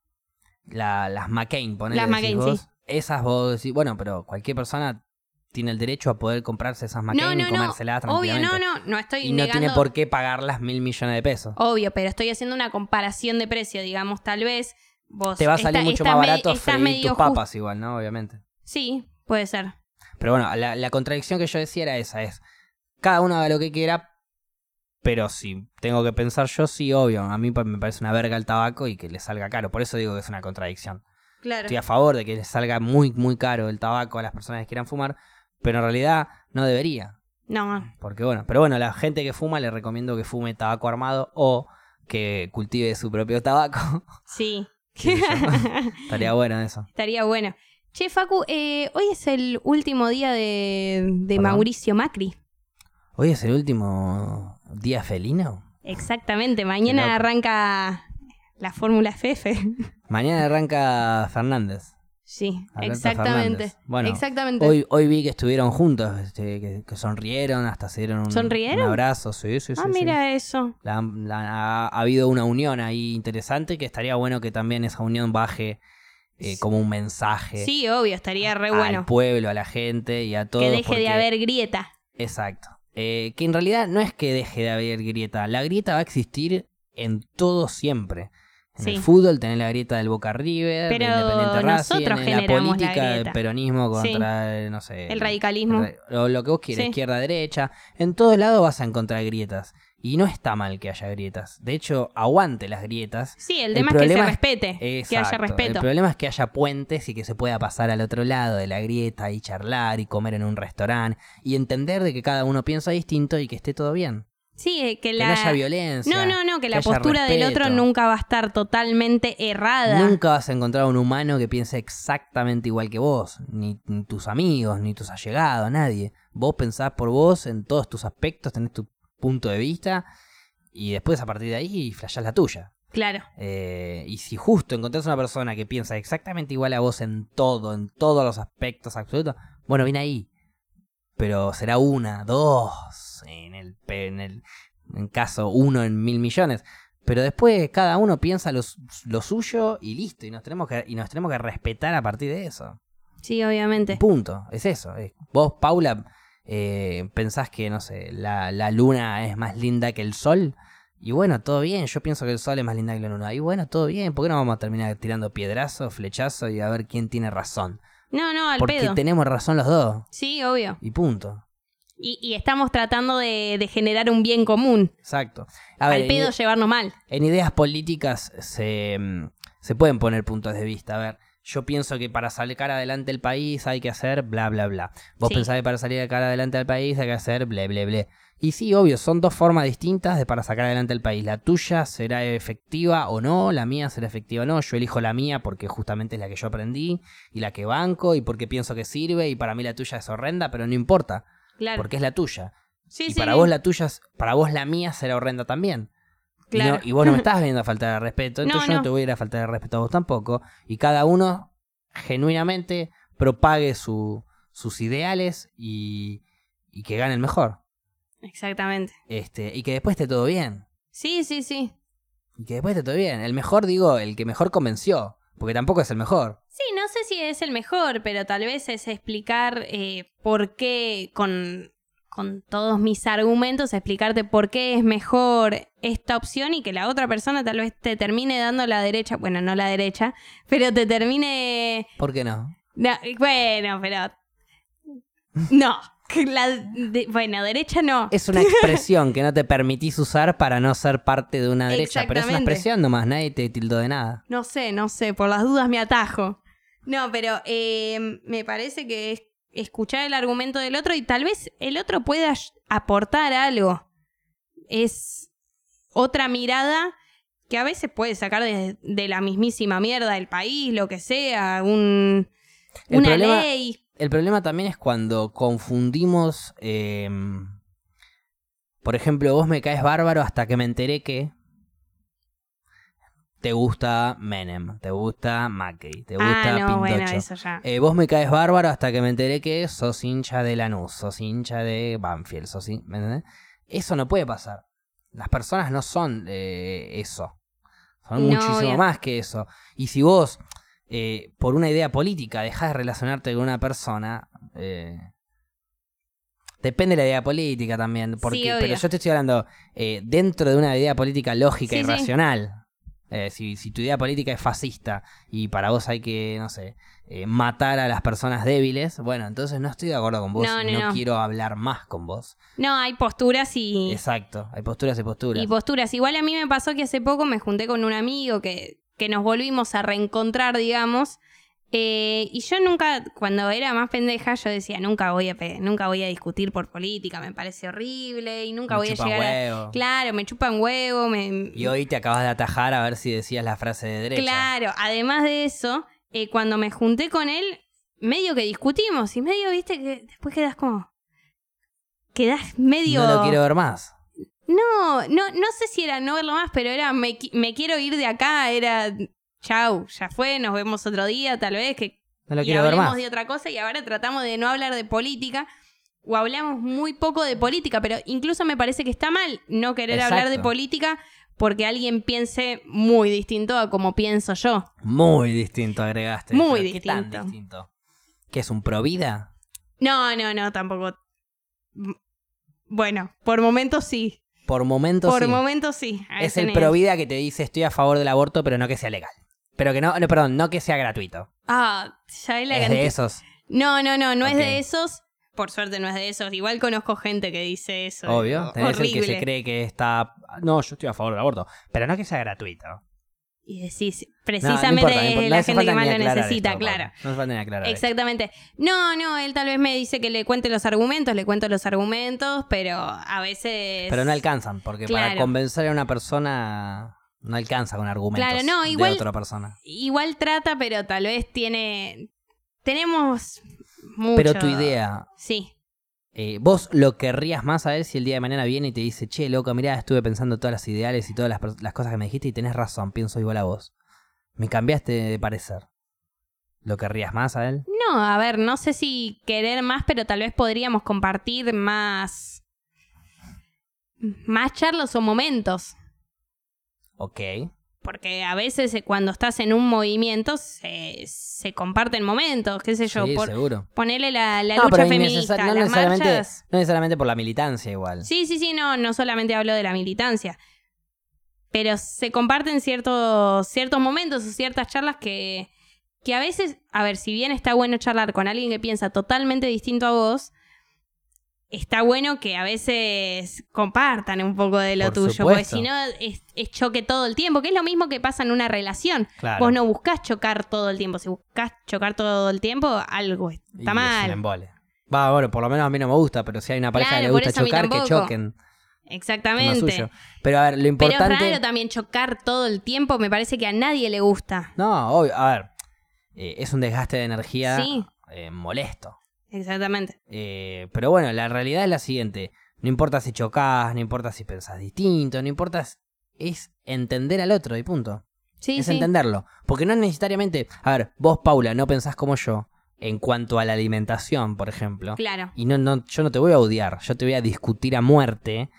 [SPEAKER 2] la- las McCain, ponele.
[SPEAKER 1] Las
[SPEAKER 2] decís
[SPEAKER 1] McCain,
[SPEAKER 2] vos.
[SPEAKER 1] sí.
[SPEAKER 2] Esas vos decís, bueno, pero cualquier persona tiene el derecho a poder comprarse esas McCain y
[SPEAKER 1] no, no, no.
[SPEAKER 2] comérselas
[SPEAKER 1] Obvio,
[SPEAKER 2] tranquilamente.
[SPEAKER 1] no, no. No estoy
[SPEAKER 2] y no
[SPEAKER 1] negando.
[SPEAKER 2] tiene por qué pagarlas mil millones de pesos.
[SPEAKER 1] Obvio, pero estoy haciendo una comparación de precio, digamos, tal vez. Vos
[SPEAKER 2] Te va a salir
[SPEAKER 1] esta-
[SPEAKER 2] mucho
[SPEAKER 1] estás
[SPEAKER 2] más
[SPEAKER 1] me-
[SPEAKER 2] barato
[SPEAKER 1] estás
[SPEAKER 2] freír
[SPEAKER 1] medio
[SPEAKER 2] tus
[SPEAKER 1] ju-
[SPEAKER 2] papas igual, ¿no? Obviamente.
[SPEAKER 1] Sí, puede ser.
[SPEAKER 2] Pero bueno, la, la contradicción que yo decía era esa, es cada uno haga lo que quiera, pero si tengo que pensar yo, sí, obvio, a mí pa- me parece una verga el tabaco y que le salga caro, por eso digo que es una contradicción.
[SPEAKER 1] Claro.
[SPEAKER 2] Estoy a favor de que le salga muy, muy caro el tabaco a las personas que quieran fumar, pero en realidad no debería,
[SPEAKER 1] No,
[SPEAKER 2] porque bueno, pero bueno, la gente que fuma le recomiendo que fume tabaco armado o que cultive su propio tabaco.
[SPEAKER 1] sí.
[SPEAKER 2] Qué sé yo. Estaría bueno eso.
[SPEAKER 1] Estaría bueno. Che, Facu, eh, hoy es el último día de, de
[SPEAKER 2] Perdón.
[SPEAKER 1] Mauricio Macri.
[SPEAKER 2] Hoy es el último día felino.
[SPEAKER 1] Exactamente, mañana
[SPEAKER 2] loco.
[SPEAKER 1] arranca la Fórmula FF.
[SPEAKER 2] Mañana arranca Fernández.
[SPEAKER 1] Sí,
[SPEAKER 2] Alberto
[SPEAKER 1] exactamente.
[SPEAKER 2] Fernández. Bueno,
[SPEAKER 1] exactamente.
[SPEAKER 2] Hoy, hoy vi que estuvieron juntos, este, que, que sonrieron, hasta se dieron un,
[SPEAKER 1] ¿Sonrieron?
[SPEAKER 2] un abrazo. Sí, sí, sí,
[SPEAKER 1] ah,
[SPEAKER 2] sí.
[SPEAKER 1] mira eso.
[SPEAKER 2] La- la- ha, ha habido una unión ahí interesante que estaría bueno que también esa unión baje eh,
[SPEAKER 1] Sí.
[SPEAKER 2] como un mensaje
[SPEAKER 1] Sí, obvio, estaría re
[SPEAKER 2] Eh, al
[SPEAKER 1] bueno.
[SPEAKER 2] pueblo, a la gente y a todos.
[SPEAKER 1] Que deje
[SPEAKER 2] porque-
[SPEAKER 1] de haber grieta.
[SPEAKER 2] Exacto. Eh, que en realidad no es que deje de haber grieta. La grieta va a existir en todo siempre. En
[SPEAKER 1] Sí.
[SPEAKER 2] el fútbol tenés la grieta del Boca River, del
[SPEAKER 1] Pero
[SPEAKER 2] Independiente Racing,
[SPEAKER 1] nosotros
[SPEAKER 2] en la
[SPEAKER 1] generamos la
[SPEAKER 2] política el
[SPEAKER 1] grieta.
[SPEAKER 2] peronismo
[SPEAKER 1] Sí.
[SPEAKER 2] contra, eh, no sé,
[SPEAKER 1] El radicalismo.
[SPEAKER 2] lo, lo que vos quieras,
[SPEAKER 1] Sí.
[SPEAKER 2] izquierda, derecha. En todos lados vas a encontrar grietas. Y no está mal que haya grietas. De hecho, aguante las grietas.
[SPEAKER 1] Sí, el
[SPEAKER 2] el
[SPEAKER 1] tema es que se
[SPEAKER 2] problema es-
[SPEAKER 1] respete, que
[SPEAKER 2] Exacto.
[SPEAKER 1] haya
[SPEAKER 2] El
[SPEAKER 1] respeto.
[SPEAKER 2] problema es que haya puentes y que se pueda pasar al otro lado de la grieta y charlar y comer en un restaurante y entender de que cada uno piensa distinto y que esté todo bien.
[SPEAKER 1] Sí, eh, que
[SPEAKER 2] Que
[SPEAKER 1] la...
[SPEAKER 2] no haya
[SPEAKER 1] no,
[SPEAKER 2] violencia.
[SPEAKER 1] no, no, que la
[SPEAKER 2] haya
[SPEAKER 1] postura del otro
[SPEAKER 2] respeto.
[SPEAKER 1] nunca va a estar totalmente errada.
[SPEAKER 2] Nunca vas a encontrar un humano que piense exactamente igual que vos, ni, ni tus amigos, ni tus allegados, nadie. Vos pensás por vos en todos tus aspectos, tenés tu punto de vista y después a partir de ahí flashás la tuya.
[SPEAKER 1] Claro.
[SPEAKER 2] Eh, y si justo encontrás una persona que piensa exactamente igual a vos en todo, en todos los aspectos absolutos, bueno, viene ahí. Pero será una, dos, en el, pe- en el en caso uno en mil millones. Pero después cada uno piensa lo, su- lo suyo y listo. Y nos, tenemos que, y nos tenemos que respetar a partir de eso.
[SPEAKER 1] Sí, obviamente.
[SPEAKER 2] Punto. Es eso. Es- Vos, Paula, eh, pensás que, no sé, la, la luna es más linda que el sol. Y bueno, todo bien, yo pienso que el sol es más linda que la luna. Y bueno, todo bien, ¿por qué no vamos a terminar tirando piedrazos, flechazos y a ver quién tiene razón?
[SPEAKER 1] No, no, al
[SPEAKER 2] Porque
[SPEAKER 1] pedo.
[SPEAKER 2] tenemos razón los dos.
[SPEAKER 1] Sí, obvio.
[SPEAKER 2] Y punto.
[SPEAKER 1] Y, y estamos tratando de, de generar un bien común.
[SPEAKER 2] Exacto. A ver,
[SPEAKER 1] al
[SPEAKER 2] en
[SPEAKER 1] pedo
[SPEAKER 2] ide-
[SPEAKER 1] llevarnos mal.
[SPEAKER 2] en ideas políticas se, mm, se pueden poner puntos de vista. A ver, yo pienso que para sacar adelante el país hay que hacer bla, bla, bla. Vos
[SPEAKER 1] Sí.
[SPEAKER 2] pensás que para salir acá adelante al país hay que hacer ble, ble, ble. Y sí, obvio, son dos formas distintas de para sacar adelante el país. La tuya será efectiva o no, la mía será efectiva o no. Yo elijo la mía porque justamente es la que yo aprendí y la que banco y porque pienso que sirve y para mí la tuya es horrenda, pero no importa,
[SPEAKER 1] Claro.
[SPEAKER 2] porque es la tuya.
[SPEAKER 1] sí,
[SPEAKER 2] y
[SPEAKER 1] sí,
[SPEAKER 2] para
[SPEAKER 1] sí.
[SPEAKER 2] vos la tuya, es- para vos la mía será horrenda también. Y no-
[SPEAKER 1] Claro.
[SPEAKER 2] Y, vos no me estás viendo a faltar de respeto,
[SPEAKER 1] No,
[SPEAKER 2] entonces yo no
[SPEAKER 1] no.
[SPEAKER 2] te voy a ir a faltar de respeto a vos tampoco. Y cada uno genuinamente propague su- sus ideales y, y que gane el mejor.
[SPEAKER 1] Exactamente.
[SPEAKER 2] Este, y que después esté todo bien.
[SPEAKER 1] Sí, sí, sí.
[SPEAKER 2] Y que después esté todo bien. El mejor, digo, el que mejor convenció. Porque tampoco es el mejor.
[SPEAKER 1] Sí, no sé si es el mejor, pero tal vez es explicar eh, por qué, con, con todos mis argumentos, explicarte por qué es mejor esta opción y que la otra persona tal vez te termine dando la derecha, bueno, no la derecha, pero te termine...
[SPEAKER 2] ¿Por qué no?
[SPEAKER 1] no, bueno, pero... No, que la de- bueno, derecha no.
[SPEAKER 2] Es una expresión que no te permitís usar para no ser parte de una derecha. Pero es una
[SPEAKER 1] Exactamente.
[SPEAKER 2] expresión nomás, nadie te tildó de nada.
[SPEAKER 1] No sé, no sé, por las dudas me atajo. No, pero eh, me parece que es escuchar el argumento del otro y tal vez el otro pueda ll- aportar algo. Es otra mirada que a veces puede sacar de, de la mismísima mierda del país, lo que sea, un,
[SPEAKER 2] El
[SPEAKER 1] una
[SPEAKER 2] problema-
[SPEAKER 1] ley.
[SPEAKER 2] El problema también es cuando confundimos. eh, por ejemplo, vos me caes bárbaro hasta que me enteré que. Te gusta Menem, te gusta Mackey, te gusta
[SPEAKER 1] Ah, no, bueno,
[SPEAKER 2] Pinochet.
[SPEAKER 1] eso ya.
[SPEAKER 2] Eh, vos me caes bárbaro hasta que me enteré que sos hincha de Lanús, sos hincha de Banfield, sos hin- ¿me entendés? Eso no puede pasar. Las personas no son eh, eso. Son
[SPEAKER 1] No,
[SPEAKER 2] muchísimo
[SPEAKER 1] obvio.
[SPEAKER 2] más que eso. Y si vos, eh, por una idea política, dejás de relacionarte con una persona... eh, Depende de la idea política también, porque,
[SPEAKER 1] Sí, obvio.
[SPEAKER 2] pero yo te estoy hablando eh, dentro de una idea política lógica
[SPEAKER 1] Sí,
[SPEAKER 2] y
[SPEAKER 1] sí.
[SPEAKER 2] racional. Eh, si, si tu idea política es fascista y para vos hay que, no sé, eh, matar a las personas débiles, bueno, entonces no estoy de acuerdo con vos
[SPEAKER 1] No,
[SPEAKER 2] y
[SPEAKER 1] no,
[SPEAKER 2] no,
[SPEAKER 1] no.
[SPEAKER 2] quiero hablar más con vos.
[SPEAKER 1] No, hay posturas y...
[SPEAKER 2] Exacto, hay posturas y posturas.
[SPEAKER 1] Y posturas. Igual a mí me pasó que hace poco me junté con un amigo que, que nos volvimos a reencontrar, digamos. Eh, y yo nunca, cuando era más pendeja, yo decía, nunca voy a pe- nunca voy a discutir por política, me parece horrible y nunca
[SPEAKER 2] Me
[SPEAKER 1] voy a
[SPEAKER 2] chupa
[SPEAKER 1] llegar a...
[SPEAKER 2] huevo.
[SPEAKER 1] Claro, me chupan huevo, me...
[SPEAKER 2] Y hoy te acabas de atajar a ver si decías la frase de derecha.
[SPEAKER 1] Claro, además de eso, eh, cuando me junté con él, medio que discutimos y medio, viste, que después quedas como... Quedas medio...
[SPEAKER 2] No lo quiero ver más.
[SPEAKER 1] No, no, no sé si era no verlo más, pero era me, qui- me quiero ir de acá, era chau, ya fue, nos vemos otro día, tal vez, que
[SPEAKER 2] No lo
[SPEAKER 1] y
[SPEAKER 2] quiero ver
[SPEAKER 1] hablemos
[SPEAKER 2] más.
[SPEAKER 1] de otra cosa y ahora tratamos de no hablar de política o hablamos muy poco de política, pero incluso me parece que está mal no querer hablar de
[SPEAKER 2] Exacto.
[SPEAKER 1] política porque alguien piense muy distinto a como pienso yo.
[SPEAKER 2] Muy distinto agregaste.
[SPEAKER 1] Muy
[SPEAKER 2] Pero ¿qué tan
[SPEAKER 1] distinto.
[SPEAKER 2] distinto? ¿Qué es un provida?
[SPEAKER 1] No, no, no, tampoco. M- Bueno, por momentos sí.
[SPEAKER 2] Por momentos
[SPEAKER 1] por
[SPEAKER 2] sí.
[SPEAKER 1] momentos sí. a
[SPEAKER 2] es
[SPEAKER 1] ese
[SPEAKER 2] el
[SPEAKER 1] nivel.
[SPEAKER 2] provida que te dice estoy a favor del aborto, pero no que sea legal. Pero que no, no perdón, no que sea gratuito.
[SPEAKER 1] Ah, ya es la
[SPEAKER 2] es
[SPEAKER 1] cantidad-
[SPEAKER 2] de esos,
[SPEAKER 1] No, no, no, no es
[SPEAKER 2] Ok.
[SPEAKER 1] de esos. Por suerte no es de esos. Igual conozco gente que dice eso.
[SPEAKER 2] obvio.
[SPEAKER 1] Hor-
[SPEAKER 2] Tenés el que
[SPEAKER 1] horrible.
[SPEAKER 2] se cree que está. No, yo estoy a favor del aborto, pero no que sea gratuito.
[SPEAKER 1] Y decís,
[SPEAKER 2] No, no
[SPEAKER 1] precisamente
[SPEAKER 2] importa, no
[SPEAKER 1] es
[SPEAKER 2] impo- no
[SPEAKER 1] la
[SPEAKER 2] hace
[SPEAKER 1] gente que
[SPEAKER 2] falta
[SPEAKER 1] más
[SPEAKER 2] ni
[SPEAKER 1] lo
[SPEAKER 2] aclarar
[SPEAKER 1] necesita,
[SPEAKER 2] esto,
[SPEAKER 1] claro.
[SPEAKER 2] Pablo. No hace falta ni aclarar. esto.
[SPEAKER 1] Exactamente. No, no, él tal vez me dice que le cuente los argumentos, le cuento los argumentos, pero a veces.
[SPEAKER 2] Pero no alcanzan, porque para
[SPEAKER 1] Claro.
[SPEAKER 2] convencer a una persona no alcanza con argumentos
[SPEAKER 1] Claro, no, igual-
[SPEAKER 2] de otra persona.
[SPEAKER 1] Igual trata, pero tal vez tiene. Tenemos. Mucho...
[SPEAKER 2] Pero tu idea,
[SPEAKER 1] Sí.
[SPEAKER 2] eh, vos lo querrías más a ver si el día de mañana viene y te dice, che, loco, mirá, estuve pensando todas las ideales y todas las, pers- las cosas que me dijiste y tenés razón, pienso igual a vos. Me cambiaste de parecer. ¿Lo querrías más a él?
[SPEAKER 1] No, a ver, no sé si querer más, pero tal vez podríamos compartir más. más charlas o momentos.
[SPEAKER 2] Ok.
[SPEAKER 1] Porque a veces eh, cuando estás en un movimiento se, se comparten momentos, qué sé yo,
[SPEAKER 2] sí,
[SPEAKER 1] por
[SPEAKER 2] seguro.
[SPEAKER 1] ponerle la, la
[SPEAKER 2] no,
[SPEAKER 1] lucha
[SPEAKER 2] pero
[SPEAKER 1] feminista,
[SPEAKER 2] innecesar- no,
[SPEAKER 1] las
[SPEAKER 2] necesariamente,
[SPEAKER 1] marchas.
[SPEAKER 2] no necesariamente por la militancia igual.
[SPEAKER 1] Sí, sí, sí, no, no solamente hablo de la militancia. pero se comparten ciertos, ciertos momentos o ciertas charlas que, que a veces, a ver, si bien está bueno charlar con alguien que piensa totalmente distinto a vos, está bueno que a veces compartan un poco de lo
[SPEAKER 2] Por
[SPEAKER 1] tuyo, porque
[SPEAKER 2] supuesto.
[SPEAKER 1] si no es, es choque todo el tiempo, que es lo mismo que pasa en una relación.
[SPEAKER 2] Claro.
[SPEAKER 1] Vos no buscás chocar todo el tiempo, si buscás chocar todo el tiempo, algo
[SPEAKER 2] Y
[SPEAKER 1] está
[SPEAKER 2] Es em- un
[SPEAKER 1] mal.
[SPEAKER 2] embole. Va, bueno, por lo menos a mí no me gusta, pero si hay una pareja que
[SPEAKER 1] Claro,
[SPEAKER 2] le
[SPEAKER 1] por
[SPEAKER 2] gusta
[SPEAKER 1] eso a mí
[SPEAKER 2] chocar, que
[SPEAKER 1] tampoco.
[SPEAKER 2] choquen. que no es
[SPEAKER 1] Exactamente.
[SPEAKER 2] suyo. Pero a ver, lo
[SPEAKER 1] Pero es
[SPEAKER 2] importante.
[SPEAKER 1] raro también chocar todo el tiempo, me parece que a nadie le gusta.
[SPEAKER 2] No, obvio, a ver. eh, es un desgaste de energía
[SPEAKER 1] Sí.
[SPEAKER 2] eh, molesto.
[SPEAKER 1] Exactamente.
[SPEAKER 2] Eh, pero bueno, la realidad es la siguiente. No importa si chocás, no importa si pensás distinto, no importa. si- Es entender al otro y punto.
[SPEAKER 1] Sí,
[SPEAKER 2] es
[SPEAKER 1] sí.
[SPEAKER 2] entenderlo. Porque no necesariamente. A ver, vos, Paula, no pensás como yo en cuanto a la alimentación, por ejemplo.
[SPEAKER 1] Claro.
[SPEAKER 2] Y no, no, yo no te voy a odiar, yo te voy a discutir a muerte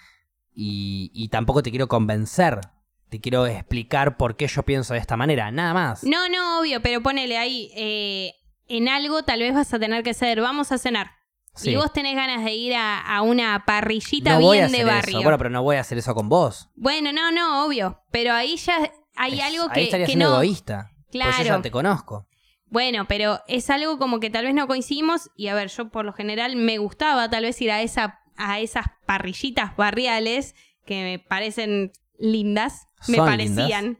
[SPEAKER 2] y, y tampoco te quiero convencer. Te quiero explicar por qué yo pienso de esta manera, nada más.
[SPEAKER 1] No, no, obvio, pero ponele ahí. eh, en algo tal vez vas a tener que ceder. Vamos a cenar.
[SPEAKER 2] Sí.
[SPEAKER 1] Y vos tenés ganas de ir a, a una parrillita
[SPEAKER 2] no
[SPEAKER 1] bien
[SPEAKER 2] voy a
[SPEAKER 1] de
[SPEAKER 2] hacer
[SPEAKER 1] barrio.
[SPEAKER 2] eso. Bueno, pero no voy a hacer eso con vos.
[SPEAKER 1] Bueno, no, no, obvio. Pero ahí ya hay
[SPEAKER 2] Es-
[SPEAKER 1] algo
[SPEAKER 2] Ahí
[SPEAKER 1] que,
[SPEAKER 2] estaría
[SPEAKER 1] que
[SPEAKER 2] siendo
[SPEAKER 1] no.
[SPEAKER 2] egoísta. pues, Porque yo
[SPEAKER 1] Claro.
[SPEAKER 2] ya te conozco.
[SPEAKER 1] Bueno, pero es algo como que tal vez no coincidimos. Y a ver, yo por lo general me gustaba tal vez ir a, esa, a esas parrillitas barriales que me parecen lindas. me
[SPEAKER 2] Son
[SPEAKER 1] parecían,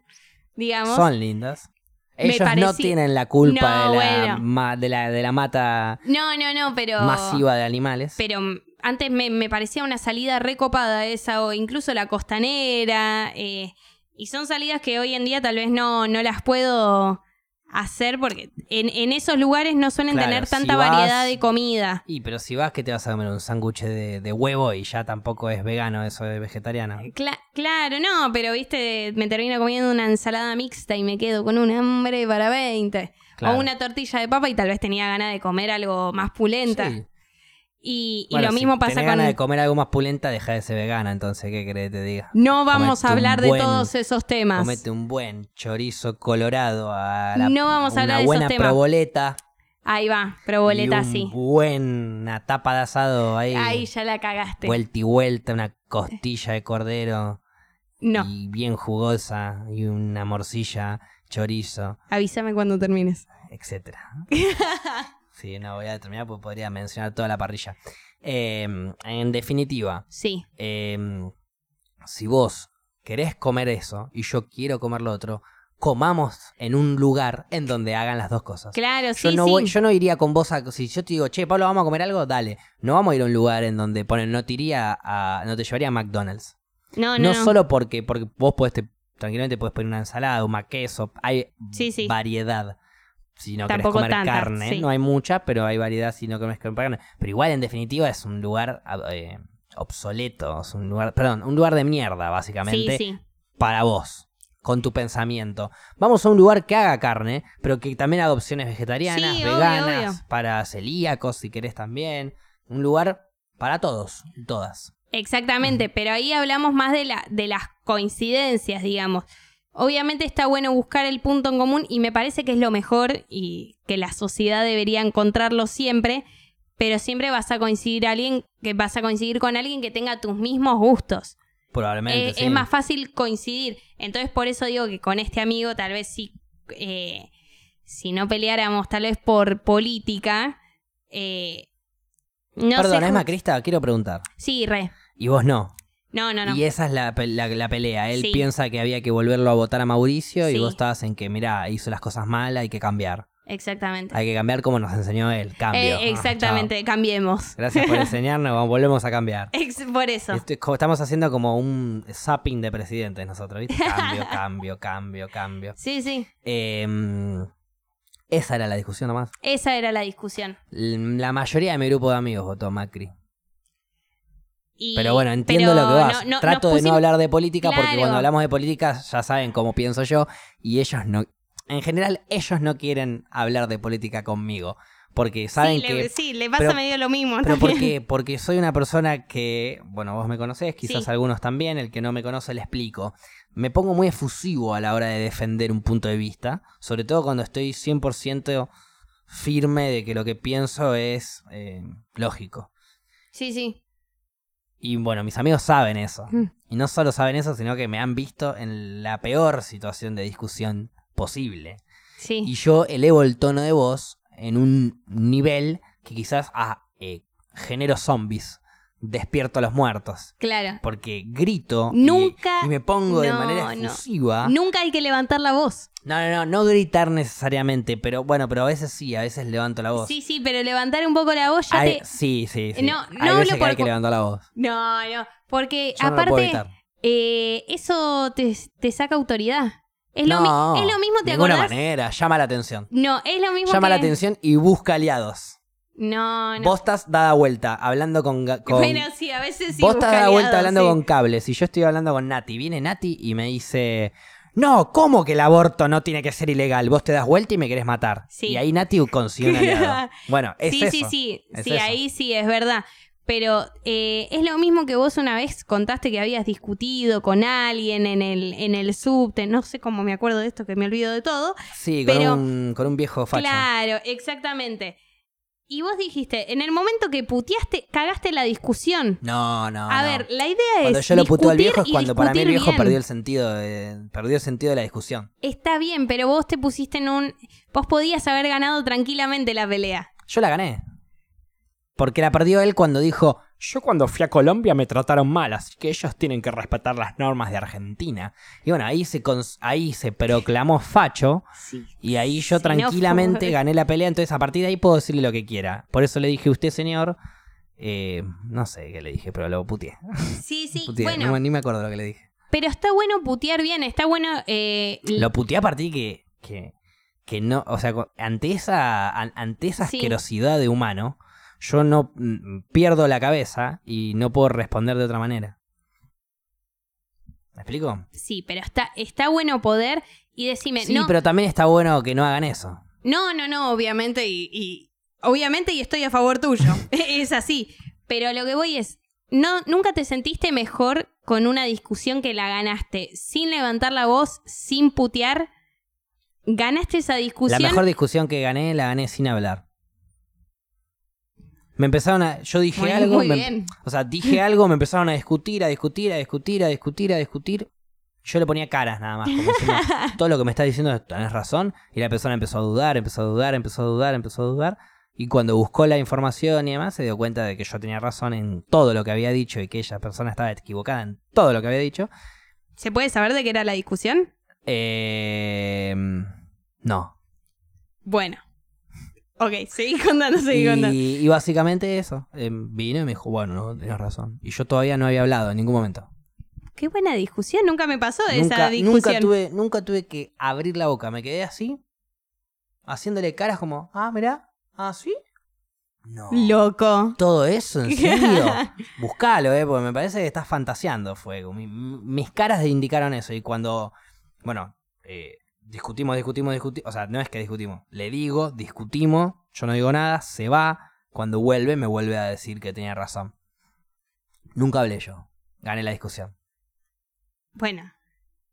[SPEAKER 1] digamos.
[SPEAKER 2] Son lindas.
[SPEAKER 1] Me
[SPEAKER 2] Ellos no
[SPEAKER 1] pareci-
[SPEAKER 2] tienen la culpa
[SPEAKER 1] No,
[SPEAKER 2] de, la,
[SPEAKER 1] bueno.
[SPEAKER 2] ma- de, la, de la mata
[SPEAKER 1] No, no, no, pero.
[SPEAKER 2] masiva de animales.
[SPEAKER 1] Pero mm, antes me, me parecía una salida recopada esa, o incluso la costanera. eh, y son salidas que hoy en día tal vez no, no las puedo hacer porque en, en esos lugares no suelen
[SPEAKER 2] Claro,
[SPEAKER 1] tener
[SPEAKER 2] si
[SPEAKER 1] tanta
[SPEAKER 2] vas-
[SPEAKER 1] variedad de comida.
[SPEAKER 2] Y pero si vas, que te vas a comer? Un sándwich de, de huevo y ya tampoco es vegano, eso es vegetariano.
[SPEAKER 1] Cla- claro, no, pero viste, me termino comiendo una ensalada mixta y me quedo con un hambre para 20.
[SPEAKER 2] Claro.
[SPEAKER 1] O una tortilla de papa y tal vez tenía ganas de comer algo más pulenta.
[SPEAKER 2] Sí.
[SPEAKER 1] Y, y
[SPEAKER 2] Bueno,
[SPEAKER 1] lo
[SPEAKER 2] si
[SPEAKER 1] mismo pasa
[SPEAKER 2] tenés
[SPEAKER 1] con...
[SPEAKER 2] ganas de comer algo más pulenta, deja de ser vegana, entonces, ¿qué querés que te diga?
[SPEAKER 1] No vamos a
[SPEAKER 2] Comete un
[SPEAKER 1] hablar de
[SPEAKER 2] buen-
[SPEAKER 1] todos esos temas.
[SPEAKER 2] Comete un buen chorizo colorado a la
[SPEAKER 1] No vamos a
[SPEAKER 2] una
[SPEAKER 1] hablar de esos
[SPEAKER 2] buena
[SPEAKER 1] temas.
[SPEAKER 2] proboleta.
[SPEAKER 1] Ahí va, proboleta,
[SPEAKER 2] y un
[SPEAKER 1] sí.
[SPEAKER 2] buena tapa de asado ahí.
[SPEAKER 1] Ahí ya la cagaste.
[SPEAKER 2] Vuelta y vuelta, una costilla de cordero.
[SPEAKER 1] no,
[SPEAKER 2] Y bien jugosa. Y una morcilla, chorizo,
[SPEAKER 1] avísame cuando termines.
[SPEAKER 2] etcétera. sí, no voy a terminar porque podría mencionar toda la parrilla. Eh, en definitiva,
[SPEAKER 1] Sí,
[SPEAKER 2] em, si vos querés comer eso y yo quiero comer lo otro, comamos en un lugar en donde hagan las dos cosas.
[SPEAKER 1] claro, sí,
[SPEAKER 2] yo, no
[SPEAKER 1] sí.
[SPEAKER 2] voy- yo no iría con vos a... Si yo te digo, che, Pablo, vamos a comer algo, dale. No vamos a ir a un lugar en donde ponen, no te iría a... No te llevaría a McDonald's.
[SPEAKER 1] no,
[SPEAKER 2] no
[SPEAKER 1] no, no.
[SPEAKER 2] solo porque, porque vos podés, te- tranquilamente podés poner una ensalada, un queso, hay
[SPEAKER 1] Sí, sí.
[SPEAKER 2] variedad. Si no querés
[SPEAKER 1] Tampoco
[SPEAKER 2] comer
[SPEAKER 1] tanta,
[SPEAKER 2] carne,
[SPEAKER 1] sí.
[SPEAKER 2] no hay mucha, pero hay variedad si no querés comer carne. Pero igual, en definitiva, es un lugar eh, obsoleto, es un lugar, perdón, un lugar de mierda,
[SPEAKER 1] sí,
[SPEAKER 2] básicamente,
[SPEAKER 1] sí.
[SPEAKER 2] para vos, con tu pensamiento. Vamos a un lugar que haga carne, pero que también haga opciones vegetarianas,
[SPEAKER 1] Sí, obvio,
[SPEAKER 2] veganas,
[SPEAKER 1] obvio.
[SPEAKER 2] para celíacos, si querés también. Un lugar para todos, y todas.
[SPEAKER 1] Exactamente, pero ahí hablamos más de, la, de las coincidencias, digamos. Obviamente está bueno buscar el punto en común y me parece que es lo mejor y que la sociedad debería encontrarlo siempre, pero siempre vas a coincidir alguien que vas a coincidir con alguien que tenga tus mismos gustos.
[SPEAKER 2] Probablemente.
[SPEAKER 1] Eh,
[SPEAKER 2] sí.
[SPEAKER 1] Es más fácil coincidir. Entonces, por eso digo que con este amigo, tal vez si, eh, si no peleáramos, tal vez por política. eh, no
[SPEAKER 2] Perdón,
[SPEAKER 1] sé
[SPEAKER 2] es
[SPEAKER 1] ju-
[SPEAKER 2] macrista, quiero preguntar.
[SPEAKER 1] Sí, re.
[SPEAKER 2] Y vos no.
[SPEAKER 1] No, no, no.
[SPEAKER 2] Y esa es la, pe- la- la pelea. Él
[SPEAKER 1] Sí.
[SPEAKER 2] piensa que había que volverlo a votar a Mauricio y
[SPEAKER 1] Sí.
[SPEAKER 2] vos estabas en que, mirá, hizo las cosas mal, hay que cambiar.
[SPEAKER 1] Exactamente.
[SPEAKER 2] Hay que cambiar como nos enseñó él. Cambio.
[SPEAKER 1] Eh,
[SPEAKER 2] Ah,
[SPEAKER 1] exactamente,
[SPEAKER 2] chao.
[SPEAKER 1] cambiemos.
[SPEAKER 2] Gracias por enseñarnos, vamos- volvemos a cambiar.
[SPEAKER 1] Ex- por eso.
[SPEAKER 2] Esto es como- estamos haciendo como un zapping de presidentes nosotros, ¿viste? Cambio, cambio, cambio, cambio.
[SPEAKER 1] Sí, sí.
[SPEAKER 2] Em, esa era la discusión nomás.
[SPEAKER 1] Esa era la discusión.
[SPEAKER 2] L- La mayoría de mi grupo de amigos votó a Macri.
[SPEAKER 1] Y-
[SPEAKER 2] Pero bueno, entiendo
[SPEAKER 1] pero
[SPEAKER 2] lo que vas.
[SPEAKER 1] no- no-
[SPEAKER 2] Trato
[SPEAKER 1] nos
[SPEAKER 2] de no
[SPEAKER 1] pusimos-
[SPEAKER 2] hablar de política porque
[SPEAKER 1] Claro.
[SPEAKER 2] cuando hablamos de política ya saben cómo pienso yo y ellos no... En general, ellos no quieren hablar de política conmigo porque saben
[SPEAKER 1] sí,
[SPEAKER 2] que...
[SPEAKER 1] Le, sí, le pasa
[SPEAKER 2] pero-
[SPEAKER 1] medio lo mismo.
[SPEAKER 2] Pero
[SPEAKER 1] también.
[SPEAKER 2] porque, porque soy una persona que, bueno, vos me conocés, quizás
[SPEAKER 1] Sí.
[SPEAKER 2] algunos también, el que no me conoce le explico. Me pongo muy efusivo a la hora de defender un punto de vista, sobre todo cuando estoy 100% firme de que lo que pienso es eh, lógico.
[SPEAKER 1] Sí, sí.
[SPEAKER 2] Y bueno, mis amigos saben eso.
[SPEAKER 1] Mm.
[SPEAKER 2] Y no solo saben eso, sino que me han visto en la peor situación de discusión posible.
[SPEAKER 1] Sí.
[SPEAKER 2] Y yo elevo el tono de voz en un nivel que quizás a eh, género zombies despierto a los muertos.
[SPEAKER 1] Claro.
[SPEAKER 2] Porque grito y-
[SPEAKER 1] Nunca-
[SPEAKER 2] y, me pongo de
[SPEAKER 1] no,
[SPEAKER 2] manera
[SPEAKER 1] no.
[SPEAKER 2] efusiva.
[SPEAKER 1] Nunca hay que levantar la voz.
[SPEAKER 2] No, no, no, no gritar necesariamente, pero bueno, pero a veces sí, a veces levanto la voz.
[SPEAKER 1] Sí, sí, pero levantar un poco la voz ya
[SPEAKER 2] Hay-
[SPEAKER 1] te.
[SPEAKER 2] Sí, sí, sí.
[SPEAKER 1] No,
[SPEAKER 2] hay
[SPEAKER 1] no
[SPEAKER 2] veces
[SPEAKER 1] hablo
[SPEAKER 2] que hay
[SPEAKER 1] por-
[SPEAKER 2] que levantar la voz.
[SPEAKER 1] No, no. Porque
[SPEAKER 2] Yo no lo puedo
[SPEAKER 1] aparte,
[SPEAKER 2] evitar.
[SPEAKER 1] eh, eso te, te saca autoridad. Es, lo, mi-
[SPEAKER 2] No,
[SPEAKER 1] es lo mismo, ¿te
[SPEAKER 2] De ninguna
[SPEAKER 1] acordás?
[SPEAKER 2] manera, llama la atención.
[SPEAKER 1] No, es lo mismo.
[SPEAKER 2] Llama
[SPEAKER 1] que-
[SPEAKER 2] la atención y busca aliados.
[SPEAKER 1] No, no.
[SPEAKER 2] Vos estás dada vuelta, hablando con... ga- con-
[SPEAKER 1] Bueno, sí, a veces sí.
[SPEAKER 2] vos estás
[SPEAKER 1] busca
[SPEAKER 2] dada vuelta
[SPEAKER 1] aliados,
[SPEAKER 2] hablando
[SPEAKER 1] sí.
[SPEAKER 2] con cables y yo estoy hablando con Nati. Viene Nati y me dice... No, ¿cómo que el aborto no tiene que ser ilegal? Vos te das vuelta y me querés matar.
[SPEAKER 1] Sí.
[SPEAKER 2] Y ahí Nati consigue un aliado. Bueno, es
[SPEAKER 1] sí,
[SPEAKER 2] eso.
[SPEAKER 1] sí, sí,
[SPEAKER 2] Es
[SPEAKER 1] sí,
[SPEAKER 2] eso.
[SPEAKER 1] ahí sí, es verdad. Pero eh, es lo mismo que vos una vez contaste que habías discutido con alguien en el, en el subte, no sé cómo me acuerdo de esto, que me olvido de todo.
[SPEAKER 2] Sí, con,
[SPEAKER 1] Pero-
[SPEAKER 2] un, con un viejo facho.
[SPEAKER 1] Claro, exactamente. Y vos dijiste, en el momento que puteaste, cagaste la discusión.
[SPEAKER 2] No, no,
[SPEAKER 1] A
[SPEAKER 2] no.
[SPEAKER 1] ver, la idea
[SPEAKER 2] Cuando
[SPEAKER 1] es.
[SPEAKER 2] yo lo puteo al
[SPEAKER 1] discutir
[SPEAKER 2] viejo es
[SPEAKER 1] y
[SPEAKER 2] cuando para mí el
[SPEAKER 1] discutir
[SPEAKER 2] viejo
[SPEAKER 1] bien.
[SPEAKER 2] perdió el sentido de, perdió el sentido de la discusión.
[SPEAKER 1] Está bien, pero vos te pusiste en un. Vos podías haber ganado tranquilamente la pelea.
[SPEAKER 2] Yo la gané. Porque la perdió él cuando dijo, yo cuando fui a Colombia me trataron mal, así que ellos tienen que respetar las normas de Argentina. Y bueno, ahí se, cons- ahí se proclamó facho
[SPEAKER 1] Sí.
[SPEAKER 2] y ahí yo
[SPEAKER 1] Xenófobo.
[SPEAKER 2] tranquilamente gané la pelea, entonces a partir de ahí puedo decirle lo que quiera. Por eso le dije, usted señor, eh, no sé qué le dije, pero lo puteé.
[SPEAKER 1] Sí, sí,
[SPEAKER 2] Puteé,
[SPEAKER 1] bueno.
[SPEAKER 2] no me- ni me acuerdo lo que le dije.
[SPEAKER 1] Pero está bueno putear bien, está bueno. eh, l-
[SPEAKER 2] Lo puteé a partir que, que, que no, o sea, co- ante esa, an- ante esa
[SPEAKER 1] Sí.
[SPEAKER 2] asquerosidad de humano, yo no mm, pierdo la cabeza y no puedo responder de otra manera. ¿Me explico?
[SPEAKER 1] Sí, pero está, está bueno poder y decirme,
[SPEAKER 2] Sí,
[SPEAKER 1] no,
[SPEAKER 2] pero también está bueno que no hagan eso.
[SPEAKER 1] no, no, no, obviamente, y, y- obviamente, y estoy a favor tuyo. es así. Pero lo que voy es, no, nunca te sentiste mejor con una discusión que la ganaste, sin levantar la voz, sin putear. Ganaste esa discusión.
[SPEAKER 2] La mejor discusión que gané, la gané sin hablar. Me empezaron a. Yo dije
[SPEAKER 1] Muy-
[SPEAKER 2] algo.
[SPEAKER 1] muy
[SPEAKER 2] me-
[SPEAKER 1] bien.
[SPEAKER 2] o sea, dije algo, me empezaron a discutir, a discutir, a discutir, a discutir, a discutir. Yo le ponía caras nada más. Como diciendo, todo lo que me estás diciendo tenés razón. Y la persona empezó a dudar, empezó a dudar, empezó a dudar, empezó a dudar. Y cuando buscó la información y demás, se dio cuenta de que yo tenía razón en todo lo que había dicho y que ella persona estaba equivocada en todo lo que había dicho.
[SPEAKER 1] ¿Se puede saber de qué era la discusión?
[SPEAKER 2] Eh, no.
[SPEAKER 1] Bueno. Ok, seguí contando, seguí contando.
[SPEAKER 2] Y, y básicamente eso. Eh, vino y me dijo, bueno, no, tienes razón. Y yo todavía no había hablado en ningún momento.
[SPEAKER 1] Qué buena discusión, nunca me pasó de esa
[SPEAKER 2] Nunca,
[SPEAKER 1] discusión.
[SPEAKER 2] nunca, tuve, nunca tuve que abrir la boca. Me quedé así, haciéndole caras como, ah, mirá, ah, sí. No.
[SPEAKER 1] Loco.
[SPEAKER 2] Todo eso, en serio. Buscalo, eh, porque me parece que estás fantaseando, fuego. Mi- mi- mis caras indicaron eso. Y cuando, bueno, eh, discutimos, discutimos, discutimos. O sea, no es que discutimos. Le digo, discutimos, yo no digo nada, se va. Cuando vuelve, me vuelve a decir que tenía razón. Nunca hablé yo. Gané la discusión.
[SPEAKER 1] Bueno.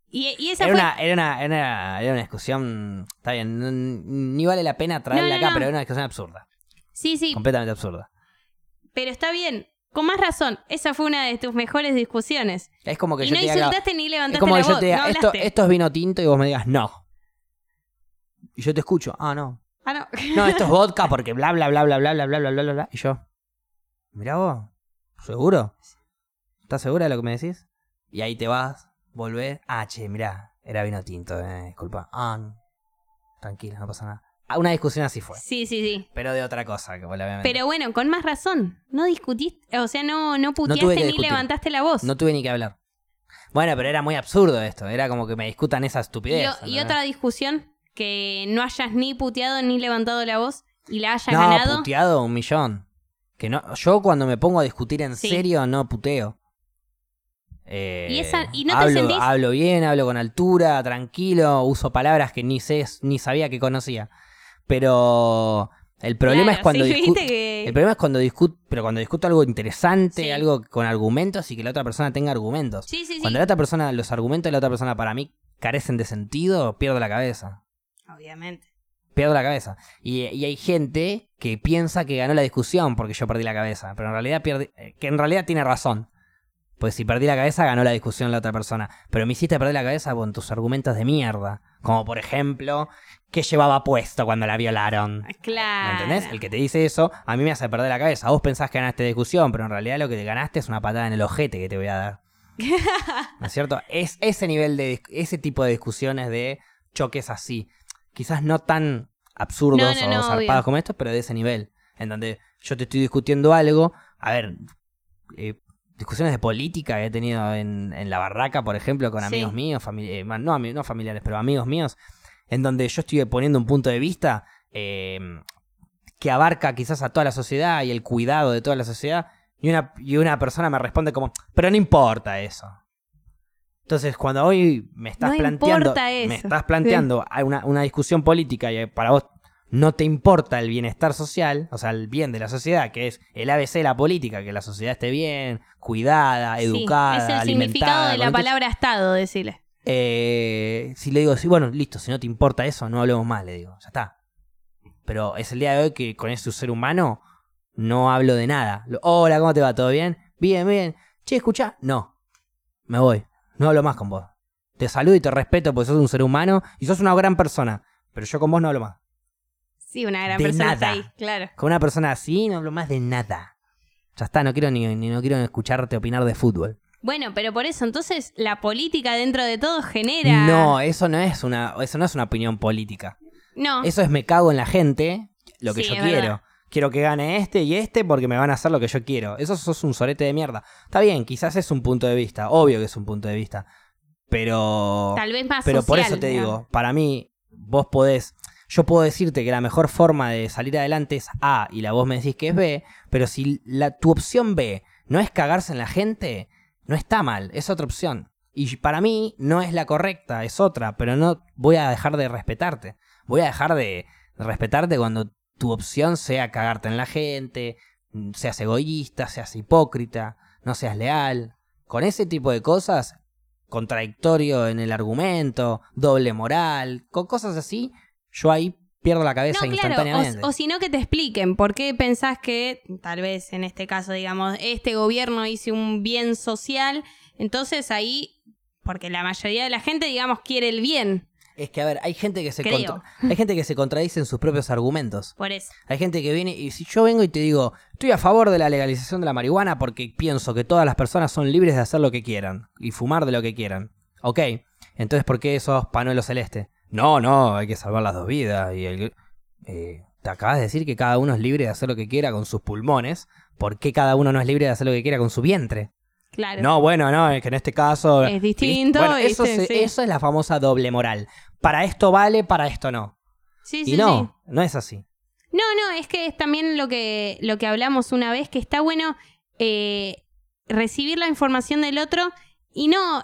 [SPEAKER 1] Y, y esa
[SPEAKER 2] Era
[SPEAKER 1] fue.
[SPEAKER 2] una, era, una, era, una, era una discusión. Está bien, no- ni vale la pena
[SPEAKER 1] No,
[SPEAKER 2] traerla
[SPEAKER 1] no,
[SPEAKER 2] acá,
[SPEAKER 1] no.
[SPEAKER 2] pero era una discusión absurda.
[SPEAKER 1] Sí, sí,
[SPEAKER 2] Completamente absurda.
[SPEAKER 1] pero está bien. Con más razón, esa fue una de tus mejores discusiones.
[SPEAKER 2] Es como que
[SPEAKER 1] Y
[SPEAKER 2] yo
[SPEAKER 1] no
[SPEAKER 2] te haga-
[SPEAKER 1] insultaste ni
[SPEAKER 2] Es
[SPEAKER 1] levantaste
[SPEAKER 2] como
[SPEAKER 1] la
[SPEAKER 2] que yo
[SPEAKER 1] voz,
[SPEAKER 2] te
[SPEAKER 1] no
[SPEAKER 2] diga, esto,
[SPEAKER 1] hablaste.
[SPEAKER 2] esto es vino tinto y vos me digas, no. Y yo te escucho, ah, no.
[SPEAKER 1] Ah, no.
[SPEAKER 2] No, esto es vodka porque bla, bla, bla, bla, bla, bla, bla, bla, bla, bla, bla. Y yo, mirá vos, ¿seguro? ¿Estás segura de lo que me decís? Y ahí te vas, volvés, ah, che, mirá, era vino tinto, eh, disculpa. Ah, no. tranquila, no pasa nada. Ah, Una discusión así fue,
[SPEAKER 1] Sí, sí, sí.
[SPEAKER 2] pero de otra cosa, que obviamente.
[SPEAKER 1] Pero bueno, con más razón. No discutiste, o sea, no, no puteaste
[SPEAKER 2] tuve que
[SPEAKER 1] ni
[SPEAKER 2] discutir.
[SPEAKER 1] levantaste la voz.
[SPEAKER 2] No tuve ni que hablar. Bueno, pero era muy absurdo esto, era como que me discutan esa
[SPEAKER 1] y,
[SPEAKER 2] estupidez.
[SPEAKER 1] y
[SPEAKER 2] ¿entendés?
[SPEAKER 1] otra discusión que no hayas ni puteado ni levantado la voz y la hayas
[SPEAKER 2] no,
[SPEAKER 1] ganado.
[SPEAKER 2] puteado un millón. Que no, yo cuando me pongo a discutir en
[SPEAKER 1] Sí.
[SPEAKER 2] serio no puteo. Eh,
[SPEAKER 1] ¿Y esa- y no te
[SPEAKER 2] hablo,
[SPEAKER 1] sentís-
[SPEAKER 2] hablo bien, hablo con altura, tranquilo, uso palabras que ni sé, ni sabía que conocía. Pero el problema
[SPEAKER 1] Claro,
[SPEAKER 2] es cuando
[SPEAKER 1] sí,
[SPEAKER 2] discu-
[SPEAKER 1] viste que-
[SPEAKER 2] el problema es cuando discuto, pero cuando discuto algo interesante,
[SPEAKER 1] Sí.
[SPEAKER 2] algo con argumentos y que la otra persona tenga argumentos.
[SPEAKER 1] Sí, sí, sí.
[SPEAKER 2] Cuando la otra persona, los argumentos de la otra persona para mí carecen de sentido, pierdo la cabeza
[SPEAKER 1] Obviamente.
[SPEAKER 2] pierdo la cabeza. Y, y hay gente que piensa que ganó la discusión porque yo perdí la cabeza, pero en realidad pierde, eh, que en realidad tiene razón. Pues si perdí la cabeza, ganó la discusión la otra persona. Pero me hiciste perder la cabeza con tus argumentos de mierda. Como por ejemplo, ¿qué llevaba puesto cuando la violaron? ¿Me
[SPEAKER 1] Ah, Claro.
[SPEAKER 2] entendés? El que te dice eso, a mí me hace perder la cabeza. Vos pensás que ganaste discusión, pero en realidad lo que te ganaste es una patada en el ojete que te voy a dar. ¿No es cierto? Es ese nivel de. dis- ese tipo de discusiones de choques así. Quizás no tan absurdos
[SPEAKER 1] No, no,
[SPEAKER 2] o
[SPEAKER 1] no,
[SPEAKER 2] zarpados
[SPEAKER 1] obvio.
[SPEAKER 2] como estos, pero de ese nivel. En donde yo te estoy discutiendo algo. A ver. eh, discusiones de política que he tenido en, en la barraca, por ejemplo, con
[SPEAKER 1] Sí.
[SPEAKER 2] amigos míos, famili- eh, no, ami- no familiares, pero amigos míos, en donde yo estoy poniendo un punto de vista eh, que abarca quizás a toda la sociedad y el cuidado de toda la sociedad, y una, y una persona me responde como, pero no importa eso. Entonces, cuando hoy me estás
[SPEAKER 1] No
[SPEAKER 2] planteando,
[SPEAKER 1] importa eso.
[SPEAKER 2] me estás planteando a una, una discusión política y para vos no te importa el bienestar social, o sea, el bien de la sociedad, que es el ABC de la política, que la sociedad esté bien, cuidada,
[SPEAKER 1] Sí,
[SPEAKER 2] educada,
[SPEAKER 1] Es el significado
[SPEAKER 2] alimentada,
[SPEAKER 1] de la
[SPEAKER 2] con-
[SPEAKER 1] palabra Estado, decirle.
[SPEAKER 2] eh, si le digo, sí, bueno, listo, si no te importa eso, no hablemos más, le digo, ya está. Pero es el día de hoy que con ese ser humano no hablo de nada. Lo- Hola, ¿cómo te va? ¿Todo bien? Bien, bien. Che, escucha, no. Me voy. No hablo más con vos. Te saludo y te respeto porque sos un ser humano y sos una gran persona. Pero yo con vos no hablo más.
[SPEAKER 1] Sí, una gran
[SPEAKER 2] De
[SPEAKER 1] persona está
[SPEAKER 2] nada.
[SPEAKER 1] ahí, claro.
[SPEAKER 2] Con una persona así no hablo más de nada. Ya está, no quiero ni, ni- no quiero escucharte opinar de fútbol.
[SPEAKER 1] Bueno, pero por eso, entonces, la política dentro de todo genera.
[SPEAKER 2] No, eso no es una, eso no es una opinión política.
[SPEAKER 1] No.
[SPEAKER 2] Eso es me cago en la gente, lo que
[SPEAKER 1] Sí,
[SPEAKER 2] yo
[SPEAKER 1] es
[SPEAKER 2] quiero.
[SPEAKER 1] verdad.
[SPEAKER 2] Quiero que gane este y este porque me van a hacer lo que yo quiero. Eso sos un sorete de mierda. Está bien, quizás es un punto de vista, obvio que es un punto de vista. Pero.
[SPEAKER 1] Tal vez más
[SPEAKER 2] pero por
[SPEAKER 1] social,
[SPEAKER 2] eso te
[SPEAKER 1] digamos.
[SPEAKER 2] digo, para mí, vos podés. Yo puedo decirte que la mejor forma de salir adelante es A y la vos me decís que es B, pero si la, tu opción B no es cagarse en la gente, no está mal, es otra opción. Y para mí no es la correcta, es otra, pero no voy a dejar de respetarte. Voy a dejar de respetarte cuando tu opción sea cagarte en la gente, mm, seas egoísta, seas hipócrita, no seas leal. Con ese tipo de cosas, contradictorio en el argumento, doble moral, con cosas así, yo ahí pierdo la cabeza
[SPEAKER 1] No, claro,
[SPEAKER 2] instantáneamente.
[SPEAKER 1] o, o si no que te expliquen por qué pensás que, tal vez en este caso, digamos, este gobierno hizo un bien social, entonces ahí, porque la mayoría de la gente, digamos, quiere el bien,
[SPEAKER 2] Es que, a ver, hay gente que se
[SPEAKER 1] Creo.
[SPEAKER 2] contra- hay gente que se contradice en sus propios argumentos.
[SPEAKER 1] por eso.
[SPEAKER 2] Hay gente que viene y si yo vengo y te digo, estoy a favor de la legalización de la marihuana porque pienso que todas las personas son libres de hacer lo que quieran y fumar de lo que quieran. Ok, entonces ¿por qué sos panuelo celeste? No, no, hay que salvar las dos vidas. Y el- eh, te acabas de decir que cada uno es libre de hacer lo que quiera con sus pulmones. ¿Por qué cada uno no es libre de hacer lo que quiera con su vientre?
[SPEAKER 1] Claro.
[SPEAKER 2] No, bueno, no, es que en este caso...
[SPEAKER 1] Es distinto,
[SPEAKER 2] Bueno, eso,
[SPEAKER 1] ¿viste?
[SPEAKER 2] se-
[SPEAKER 1] Sí.
[SPEAKER 2] eso es la famosa doble moral. Para esto vale, para esto no.
[SPEAKER 1] Sí,
[SPEAKER 2] Y
[SPEAKER 1] sí,
[SPEAKER 2] no,
[SPEAKER 1] sí.
[SPEAKER 2] no es así.
[SPEAKER 1] No, no, es que es también lo que, lo que hablamos una vez, que está bueno eh, recibir la información del otro y no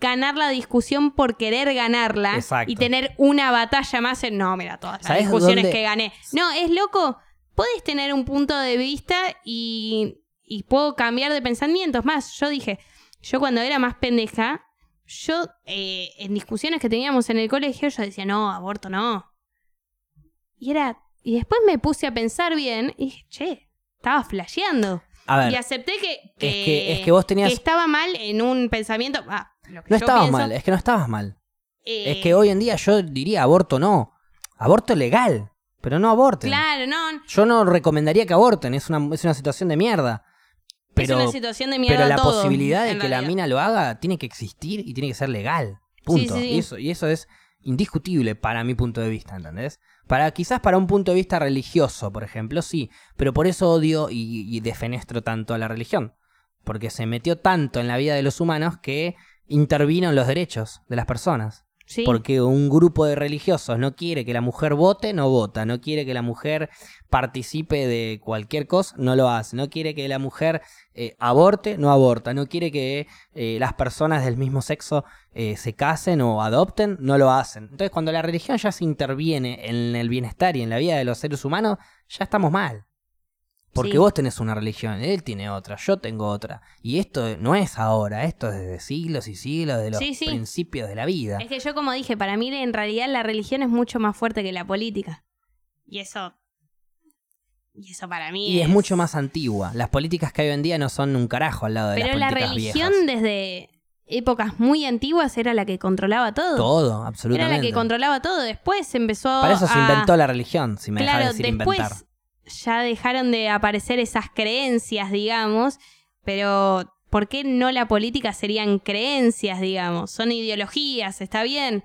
[SPEAKER 1] ganar la discusión por querer ganarla
[SPEAKER 2] Exacto.
[SPEAKER 1] y tener una batalla más en, no, mira, todas las
[SPEAKER 2] ¿Sabés
[SPEAKER 1] discusiones
[SPEAKER 2] dónde-
[SPEAKER 1] que gané. No, es loco, podés tener un punto de vista y, y puedo cambiar de pensamientos. Más, yo dije, yo cuando era más pendeja, yo eh, en discusiones que teníamos en el colegio, yo decía, no, aborto no. Y era. Y después me puse a pensar bien y dije, che, estaba flasheando.
[SPEAKER 2] A ver,
[SPEAKER 1] Y acepté que,
[SPEAKER 2] Es que- es que vos tenías-
[SPEAKER 1] Eh, que estaba mal en un pensamiento. Ah, lo que
[SPEAKER 2] No
[SPEAKER 1] yo
[SPEAKER 2] estabas
[SPEAKER 1] pienso,
[SPEAKER 2] mal, es que no estabas mal.
[SPEAKER 1] eh,
[SPEAKER 2] Es que hoy en día yo diría aborto no. Aborto legal, pero no aborten.
[SPEAKER 1] Claro, no.
[SPEAKER 2] Yo no recomendaría que aborten, es una, es una situación de mierda. Pero,
[SPEAKER 1] es una situación de mierda.
[SPEAKER 2] pero la
[SPEAKER 1] todo,
[SPEAKER 2] posibilidad de
[SPEAKER 1] en
[SPEAKER 2] que la
[SPEAKER 1] realidad.
[SPEAKER 2] mina lo haga tiene que existir y tiene que ser legal. Punto.
[SPEAKER 1] Sí, sí, sí.
[SPEAKER 2] Y, eso, y eso es indiscutible para mi punto de vista, ¿entendés? Para, quizás para un punto de vista religioso, por ejemplo, sí. Pero por eso odio y, y defenestro tanto a la religión. Porque se metió tanto en la vida de los humanos que intervino en los derechos de las personas.
[SPEAKER 1] Sí.
[SPEAKER 2] Porque un grupo de religiosos no quiere que la mujer vote, no vota. No quiere que la mujer participe de cualquier cosa, no lo hace. No quiere que la mujer eh, aborte, no aborta. No quiere que eh, las personas del mismo sexo eh, se casen o adopten, no lo hacen. Entonces, cuando la religión ya se interviene en el bienestar y en la vida de los seres humanos, ya estamos mal. Porque
[SPEAKER 1] Sí.
[SPEAKER 2] vos tenés una religión, él tiene otra, yo tengo otra. Y esto no es ahora, esto es desde siglos y siglos, de los
[SPEAKER 1] Sí, sí.
[SPEAKER 2] principios de la vida.
[SPEAKER 1] Es que yo, como dije, para mí en realidad la religión es mucho más fuerte que la política. Y eso Y eso para mí
[SPEAKER 2] Y es mucho más antigua. Las políticas que hay hoy en día no son un carajo al lado de
[SPEAKER 1] Pero la
[SPEAKER 2] las políticas
[SPEAKER 1] religión
[SPEAKER 2] viejas.
[SPEAKER 1] desde épocas muy antiguas era la que controlaba todo.
[SPEAKER 2] Todo,
[SPEAKER 1] era la
[SPEAKER 2] absolutamente.
[SPEAKER 1] que controlaba todo. Después empezó
[SPEAKER 2] Para eso se
[SPEAKER 1] a-
[SPEAKER 2] inventó la religión, si me
[SPEAKER 1] Claro,
[SPEAKER 2] dejas decir
[SPEAKER 1] después
[SPEAKER 2] inventar.
[SPEAKER 1] ya dejaron de aparecer esas creencias, digamos, pero ¿por qué no la política serían creencias, digamos? Son ideologías, está bien.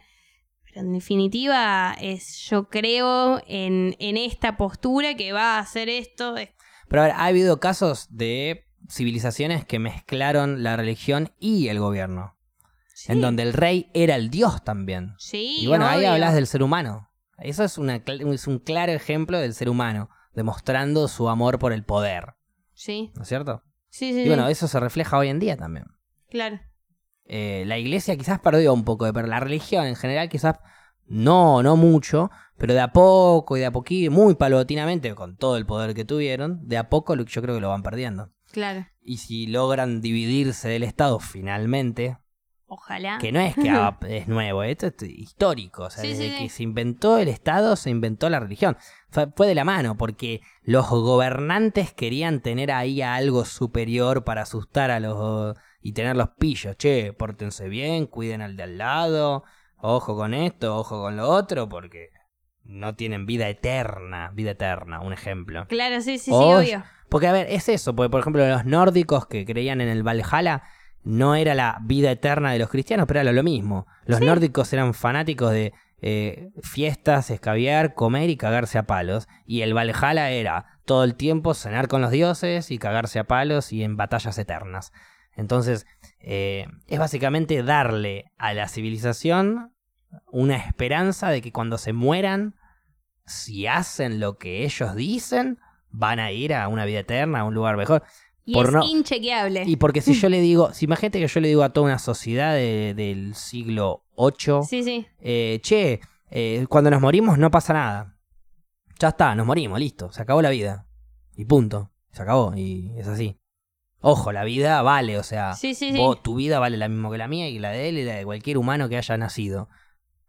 [SPEAKER 1] Pero en definitiva, es yo creo en, en esta postura que va a hacer esto. es-
[SPEAKER 2] Pero a ver, ha habido casos de civilizaciones que mezclaron la religión y el gobierno.
[SPEAKER 1] Sí,
[SPEAKER 2] En donde el rey era el dios también.
[SPEAKER 1] sí,
[SPEAKER 2] y bueno, ahí
[SPEAKER 1] obvio.
[SPEAKER 2] hablas del ser humano. Eso es, una cl- es un claro ejemplo del ser humano, demostrando su amor por el poder,
[SPEAKER 1] Sí,
[SPEAKER 2] ¿no es cierto?
[SPEAKER 1] sí, sí,
[SPEAKER 2] Y
[SPEAKER 1] sí,
[SPEAKER 2] bueno, eso se refleja hoy en día también.
[SPEAKER 1] claro.
[SPEAKER 2] Eh, la iglesia quizás perdió un poco, pero la religión en general quizás no, no mucho, pero de a poco y de a poquito, muy paulatinamente, con todo el poder que tuvieron, de a poco lo- yo creo que lo van perdiendo.
[SPEAKER 1] Claro.
[SPEAKER 2] Y si logran dividirse del Estado finalmente,
[SPEAKER 1] Ojalá.
[SPEAKER 2] que no es que ah, es nuevo, esto es histórico. O sea,
[SPEAKER 1] Sí, sí,
[SPEAKER 2] desde
[SPEAKER 1] sí.
[SPEAKER 2] que se inventó el Estado, se inventó la religión. Fue, fue de la mano, porque los gobernantes querían tener ahí a algo superior para asustar a los. y tener los pillos. Che, pórtense bien, cuiden al de al lado, ojo con esto, ojo con lo otro, porque no tienen vida eterna. Vida eterna, un ejemplo.
[SPEAKER 1] Claro, sí, sí, sí,
[SPEAKER 2] Oh,
[SPEAKER 1] obvio.
[SPEAKER 2] Porque, a ver, es eso, porque por ejemplo los nórdicos que creían en el Valhalla no era la vida eterna de los cristianos, pero era lo mismo. Los nórdicos eran fanáticos de eh, fiestas, escabiar, comer y cagarse a palos. Y el Valhalla era todo el tiempo cenar con los dioses y cagarse a palos y en batallas eternas. Entonces, eh, es básicamente darle a la civilización una esperanza de que cuando se mueran, si hacen lo que ellos dicen, van a ir a una vida eterna, a un lugar mejor.
[SPEAKER 1] Y
[SPEAKER 2] por
[SPEAKER 1] es
[SPEAKER 2] no-
[SPEAKER 1] inchequeable.
[SPEAKER 2] Y porque si yo le digo, si imagínate que yo le digo a toda una sociedad de- del siglo VIII,
[SPEAKER 1] Sí, sí.
[SPEAKER 2] eh, che, eh, cuando nos morimos no pasa nada. Ya está, nos morimos, listo, se acabó la vida. Y punto, se acabó, y es así. Ojo, la vida vale, o sea,
[SPEAKER 1] Sí, sí, sí.
[SPEAKER 2] Ah, vos- tu vida vale la misma que la mía y la de él y la de cualquier humano que haya nacido.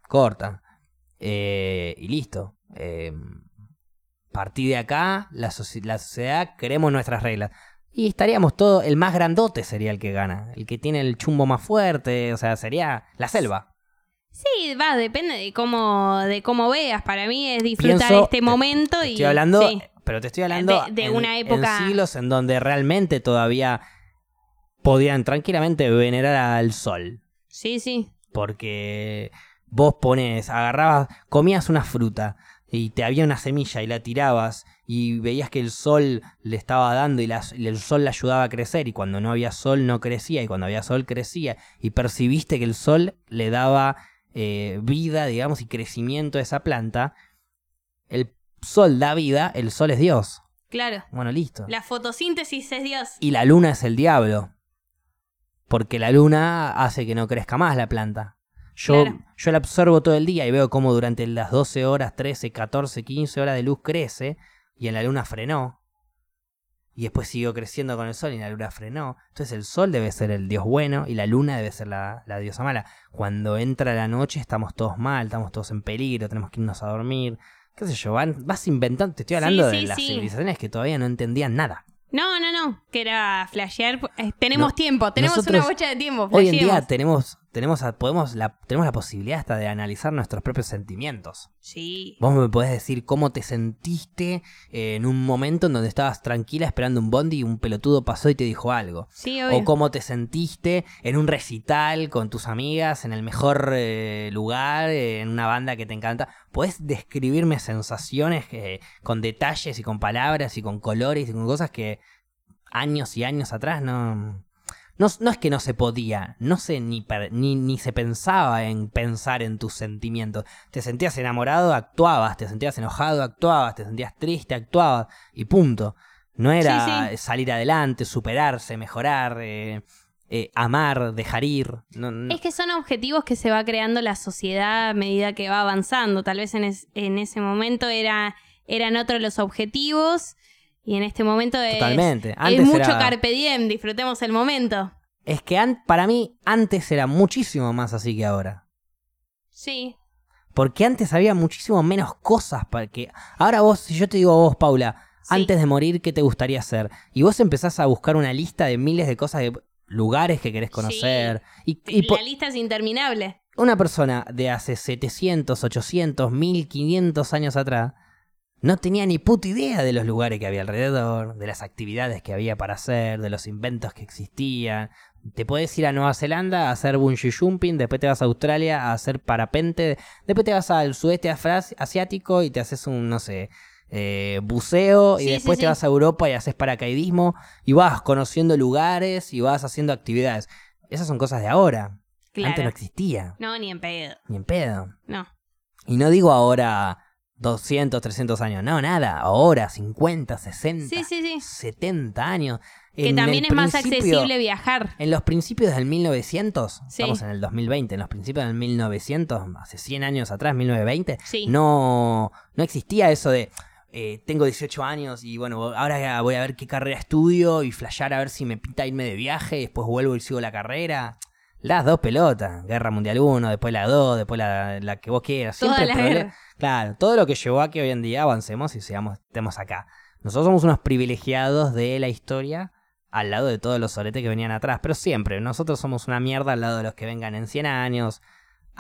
[SPEAKER 2] Corta. Eh, y listo. Eh, partir de acá, la, soci- la sociedad, queremos nuestras reglas. Y estaríamos todo, el más grandote sería el que gana, el que tiene el chumbo más fuerte, o sea, sería la selva.
[SPEAKER 1] Sí, va, depende de cómo, de cómo veas. Para mí es disfrutar
[SPEAKER 2] Pienso- eh,
[SPEAKER 1] este momento y.
[SPEAKER 2] Estoy hablando,
[SPEAKER 1] sí.
[SPEAKER 2] pero te estoy hablando
[SPEAKER 1] De- de
[SPEAKER 2] en-
[SPEAKER 1] una época-
[SPEAKER 2] en siglos en donde realmente todavía podían tranquilamente venerar al sol.
[SPEAKER 1] Sí, sí.
[SPEAKER 2] Porque vos pones, agarrabas, comías una fruta y te había una semilla y la tirabas y veías que el sol le estaba dando y, la- y el sol le ayudaba a crecer y cuando no había sol no crecía y cuando había sol crecía y percibiste que el sol le daba eh, vida, digamos, y crecimiento a esa planta. El sol da vida, el sol es Dios.
[SPEAKER 1] Claro.
[SPEAKER 2] Bueno, listo.
[SPEAKER 1] La fotosíntesis es Dios.
[SPEAKER 2] Y la luna es el diablo. Porque la luna hace que no crezca más la planta. Yo,
[SPEAKER 1] Claro.
[SPEAKER 2] yo la absorbo todo el día y veo cómo durante las 12 horas, 13, 14, 15 horas de luz crece y en la luna frenó. Y después siguió creciendo con el sol y la luna frenó. Entonces el sol debe ser el dios bueno y la luna debe ser la, la diosa mala. Cuando entra la noche estamos todos mal, estamos todos en peligro, tenemos que irnos a dormir. ¿Qué sé yo? van- vas inventando. Te
[SPEAKER 1] Sí,
[SPEAKER 2] estoy hablando de
[SPEAKER 1] sí,
[SPEAKER 2] las
[SPEAKER 1] sí.
[SPEAKER 2] civilizaciones que todavía no entendían nada.
[SPEAKER 1] No, no, no. Que era flashear. Eh, tenemos
[SPEAKER 2] No.
[SPEAKER 1] tiempo, tenemos
[SPEAKER 2] Nosotros-
[SPEAKER 1] una bocha de tiempo.
[SPEAKER 2] Hoy en día
[SPEAKER 1] flasheemos.
[SPEAKER 2] tenemos, tenemos, a- podemos la, tenemos la posibilidad hasta de analizar nuestros propios sentimientos.
[SPEAKER 1] Sí.
[SPEAKER 2] Vos me podés decir cómo te sentiste eh, en un momento en donde estabas tranquila esperando un bondi y un pelotudo pasó y te dijo algo.
[SPEAKER 1] Sí, obvio.
[SPEAKER 2] O cómo te sentiste en un recital con tus amigas, en el mejor eh, lugar, eh, en una banda que te encanta. Podés describirme sensaciones eh, con detalles y con palabras y con colores y con cosas que años y años atrás no... No, no es que no se podía, no se ni, per- ni, ni se pensaba en pensar en tus sentimientos. Te sentías enamorado, actuabas, te sentías enojado, actuabas, te sentías triste, actuabas, y punto. No era
[SPEAKER 1] Sí, sí.
[SPEAKER 2] salir adelante, superarse, mejorar, eh, eh, amar, dejar ir. No, no-
[SPEAKER 1] Es que son objetivos que se va creando la sociedad a medida que va avanzando. Tal vez en, es- en ese momento era, eran otros los objetivos y en este momento es,
[SPEAKER 2] Totalmente. Antes
[SPEAKER 1] es mucho
[SPEAKER 2] era-
[SPEAKER 1] carpe diem, disfrutemos el momento.
[SPEAKER 2] es que an- para mí antes era muchísimo más así que ahora.
[SPEAKER 1] Sí,
[SPEAKER 2] Porque antes había muchísimo menos cosas para que... Ahora vos, si yo te digo a vos, Paula,
[SPEAKER 1] Sí.
[SPEAKER 2] antes de morir, ¿qué te gustaría hacer? Y vos empezás a buscar una lista de miles de cosas, de lugares que querés conocer. Y, y po-
[SPEAKER 1] la lista es interminable.
[SPEAKER 2] una persona de hace 700, 800, 1500 años atrás no tenía ni puta idea de los lugares que había alrededor, de las actividades que había para hacer, de los inventos que existían. Te podés ir a Nueva Zelanda a hacer bungee jumping, después te vas a Australia a hacer parapente, después te vas al sudeste afras- asiático y te haces un, no sé, eh, buceo,
[SPEAKER 1] Sí,
[SPEAKER 2] y
[SPEAKER 1] sí,
[SPEAKER 2] después
[SPEAKER 1] sí.
[SPEAKER 2] te vas a Europa y haces paracaidismo, y vas conociendo lugares y vas haciendo actividades. Esas son cosas de ahora. Antes no
[SPEAKER 1] Claro.
[SPEAKER 2] existía.
[SPEAKER 1] No, ni en pedo.
[SPEAKER 2] Ni en pedo.
[SPEAKER 1] No.
[SPEAKER 2] Y no digo ahora 200, 300 años. No, nada. Ahora 50, 60,
[SPEAKER 1] Sí, sí, sí.
[SPEAKER 2] 70 años.
[SPEAKER 1] Que
[SPEAKER 2] En
[SPEAKER 1] también es
[SPEAKER 2] el
[SPEAKER 1] más
[SPEAKER 2] principio-
[SPEAKER 1] accesible viajar.
[SPEAKER 2] En los principios del 1900,
[SPEAKER 1] Sí.
[SPEAKER 2] estamos en el 2020, en los principios del 1900, hace 100 años atrás, 1920,
[SPEAKER 1] Sí.
[SPEAKER 2] no, no existía eso de eh, tengo 18 años y bueno, ahora voy a ver qué carrera estudio y flashear a ver si me pinta irme de viaje, y después vuelvo y sigo la carrera. Las dos pelotas, Guerra Mundial 1, después la 2, después la, la que vos quieras.
[SPEAKER 1] Toda
[SPEAKER 2] Siempre
[SPEAKER 1] la
[SPEAKER 2] proble-
[SPEAKER 1] guerra.
[SPEAKER 2] Claro, todo lo que llevó a que hoy en día avancemos y seamos, estemos acá. Nosotros somos unos privilegiados de la historia al lado de todos los soletes que venían atrás, pero siempre, nosotros somos una mierda al lado de los que vengan en 100 años,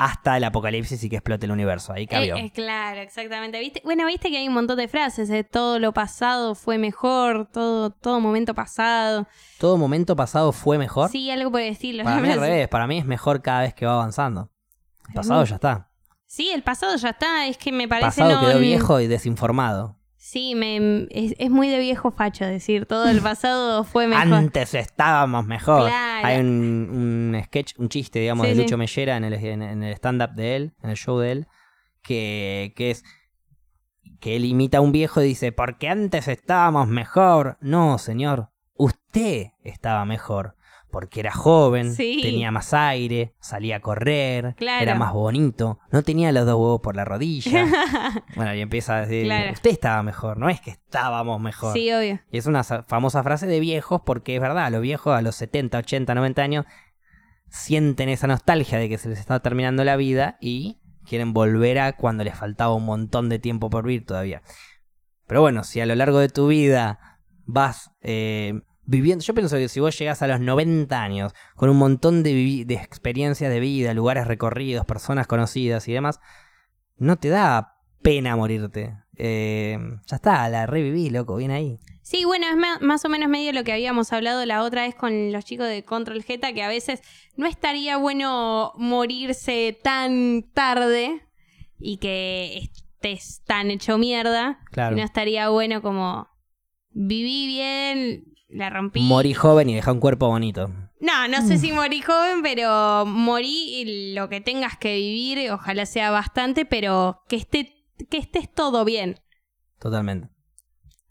[SPEAKER 2] hasta el apocalipsis y que explote el universo. Ahí
[SPEAKER 1] Eh,
[SPEAKER 2] cambió.
[SPEAKER 1] eh, claro, exactamente. ¿Viste? Bueno, viste que hay un montón de frases de todo lo pasado fue mejor, todo, todo momento pasado.
[SPEAKER 2] todo momento pasado fue mejor.
[SPEAKER 1] Sí, algo por el estilo.
[SPEAKER 2] para
[SPEAKER 1] la
[SPEAKER 2] mí al
[SPEAKER 1] frase.
[SPEAKER 2] revés, para mí es mejor cada vez que va avanzando. El pasado ya está.
[SPEAKER 1] Sí, el pasado ya está, es que me parece
[SPEAKER 2] pasado
[SPEAKER 1] no-
[SPEAKER 2] quedó viejo y desinformado.
[SPEAKER 1] Sí, me, es, es muy de viejo facho decir todo el pasado fue mejor.
[SPEAKER 2] Antes estábamos mejor.
[SPEAKER 1] Claro.
[SPEAKER 2] Hay un, un sketch, un chiste, digamos,
[SPEAKER 1] Sí,
[SPEAKER 2] de
[SPEAKER 1] sí.
[SPEAKER 2] Lucho Mellera en el, en, en el stand-up de él, en el show de él, que, que es que él imita a un viejo y dice, porque antes estábamos mejor. No, señor, usted estaba mejor. Porque era joven,
[SPEAKER 1] Sí.
[SPEAKER 2] tenía más aire, salía a correr,
[SPEAKER 1] Claro.
[SPEAKER 2] era más bonito, no tenía los dos huevos por la rodilla. bueno, y empieza a decir,
[SPEAKER 1] Claro.
[SPEAKER 2] usted estaba mejor, no es que estábamos mejor.
[SPEAKER 1] sí, obvio.
[SPEAKER 2] Y es una sa- famosa frase de viejos porque es verdad, los viejos a los 70, 80, 90 años sienten esa nostalgia de que se les está terminando la vida y quieren volver a cuando les faltaba un montón de tiempo por vivir todavía. Pero bueno, si a lo largo de tu vida vas eh, viviendo, yo pienso que si vos llegás a los 90 años con un montón de, vivi- de experiencias de vida, lugares recorridos, personas conocidas y demás, no te da pena morirte. Eh, ya está, la reviví, loco, bien ahí.
[SPEAKER 1] Sí, bueno, es ma- más o menos medio lo que habíamos hablado la otra vez con los chicos de Control Geta, que a veces no estaría bueno morirse tan tarde y que estés tan hecho mierda.
[SPEAKER 2] Claro.
[SPEAKER 1] No estaría bueno como viví bien, la rompí.
[SPEAKER 2] Morí joven y dejá un cuerpo bonito.
[SPEAKER 1] No, no sé si morí joven, pero morí y lo que tengas que vivir, ojalá sea bastante, pero que esté, que estés todo bien.
[SPEAKER 2] Totalmente.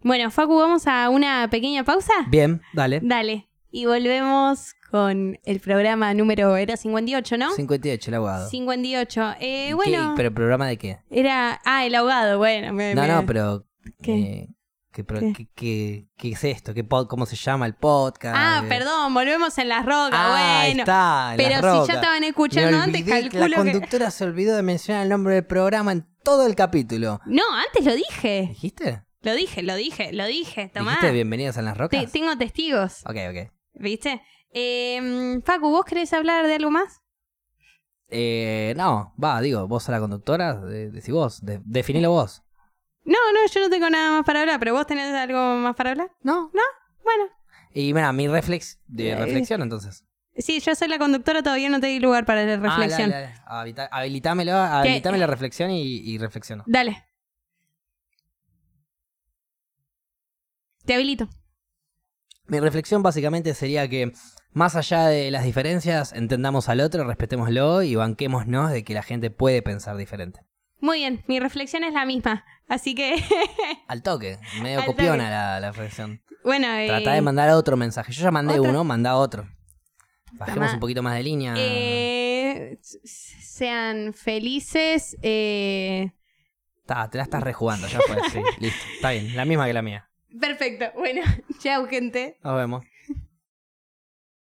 [SPEAKER 1] Bueno, Facu, vamos a una pequeña pausa.
[SPEAKER 2] Bien, dale.
[SPEAKER 1] Dale. Y volvemos con el programa número. Era 58, ¿no?
[SPEAKER 2] 58, el abogado.
[SPEAKER 1] 58. Eh,
[SPEAKER 2] ¿Y
[SPEAKER 1] bueno.
[SPEAKER 2] qué? ¿Pero programa de qué?
[SPEAKER 1] Era. Ah, el ahogado, bueno. me-
[SPEAKER 2] No,
[SPEAKER 1] me-
[SPEAKER 2] no, pero...
[SPEAKER 1] ¿Qué?
[SPEAKER 2] eh, ¿qué, pro-
[SPEAKER 1] ¿Qué?
[SPEAKER 2] qué- qué- qué es esto? ¿Qué pod- ¿Cómo se llama el podcast?
[SPEAKER 1] Ah,
[SPEAKER 2] Eh,
[SPEAKER 1] perdón, volvemos en las rocas,
[SPEAKER 2] Ah, ahí
[SPEAKER 1] bueno.
[SPEAKER 2] está, en
[SPEAKER 1] pero
[SPEAKER 2] Las
[SPEAKER 1] si ya
[SPEAKER 2] Rocas.
[SPEAKER 1] estaban
[SPEAKER 2] Me
[SPEAKER 1] escuchando
[SPEAKER 2] olvidé
[SPEAKER 1] antes,
[SPEAKER 2] que La
[SPEAKER 1] calculo que.
[SPEAKER 2] conductora se olvidó de mencionar el nombre del programa en todo el capítulo.
[SPEAKER 1] No, antes lo dije.
[SPEAKER 2] ¿Dijiste?
[SPEAKER 1] Lo dije, lo dije, lo dije. Tomá.
[SPEAKER 2] ¿Dijiste bienvenidos a las
[SPEAKER 1] Te-
[SPEAKER 2] rocas?
[SPEAKER 1] tengo testigos,
[SPEAKER 2] Ok, ok.
[SPEAKER 1] ¿viste? Eh, Facu, ¿vos querés hablar de algo más?
[SPEAKER 2] Eh, no, va, digo, vos a la conductora, eh, decí vos, de- definilo vos.
[SPEAKER 1] No, no, yo no tengo nada más para hablar, pero vos tenés algo más para hablar.
[SPEAKER 2] No,
[SPEAKER 1] Bueno,
[SPEAKER 2] Y mira, mi reflex de
[SPEAKER 1] Eh,
[SPEAKER 2] reflexión entonces.
[SPEAKER 1] sí, yo soy la conductora, todavía no te di lugar para la reflexión. eh,
[SPEAKER 2] Ah, dale, dale. Habita- habilitámelo, habilitame la reflexión y, y reflexiono.
[SPEAKER 1] dale. Te habilito.
[SPEAKER 2] Mi reflexión básicamente sería que más allá de las diferencias, entendamos al otro, respetémoslo y banquémonos de que la gente puede pensar diferente.
[SPEAKER 1] Muy bien, mi reflexión es la misma. Así que,
[SPEAKER 2] Al toque, medio
[SPEAKER 1] Al
[SPEAKER 2] copiona
[SPEAKER 1] toque.
[SPEAKER 2] la, la reflexión.
[SPEAKER 1] bueno. eh,
[SPEAKER 2] Tratá de mandar otro mensaje. Yo ya mandé
[SPEAKER 1] ¿Otro?
[SPEAKER 2] uno, mandá otro. Bajemos
[SPEAKER 1] Tomá.
[SPEAKER 2] un poquito más de línea.
[SPEAKER 1] eh, s- sean felices. eh,
[SPEAKER 2] Ta, te la estás rejugando, ya fue. sí, listo. Está bien, la misma que la mía.
[SPEAKER 1] Perfecto. Bueno, chao, gente.
[SPEAKER 2] Nos vemos.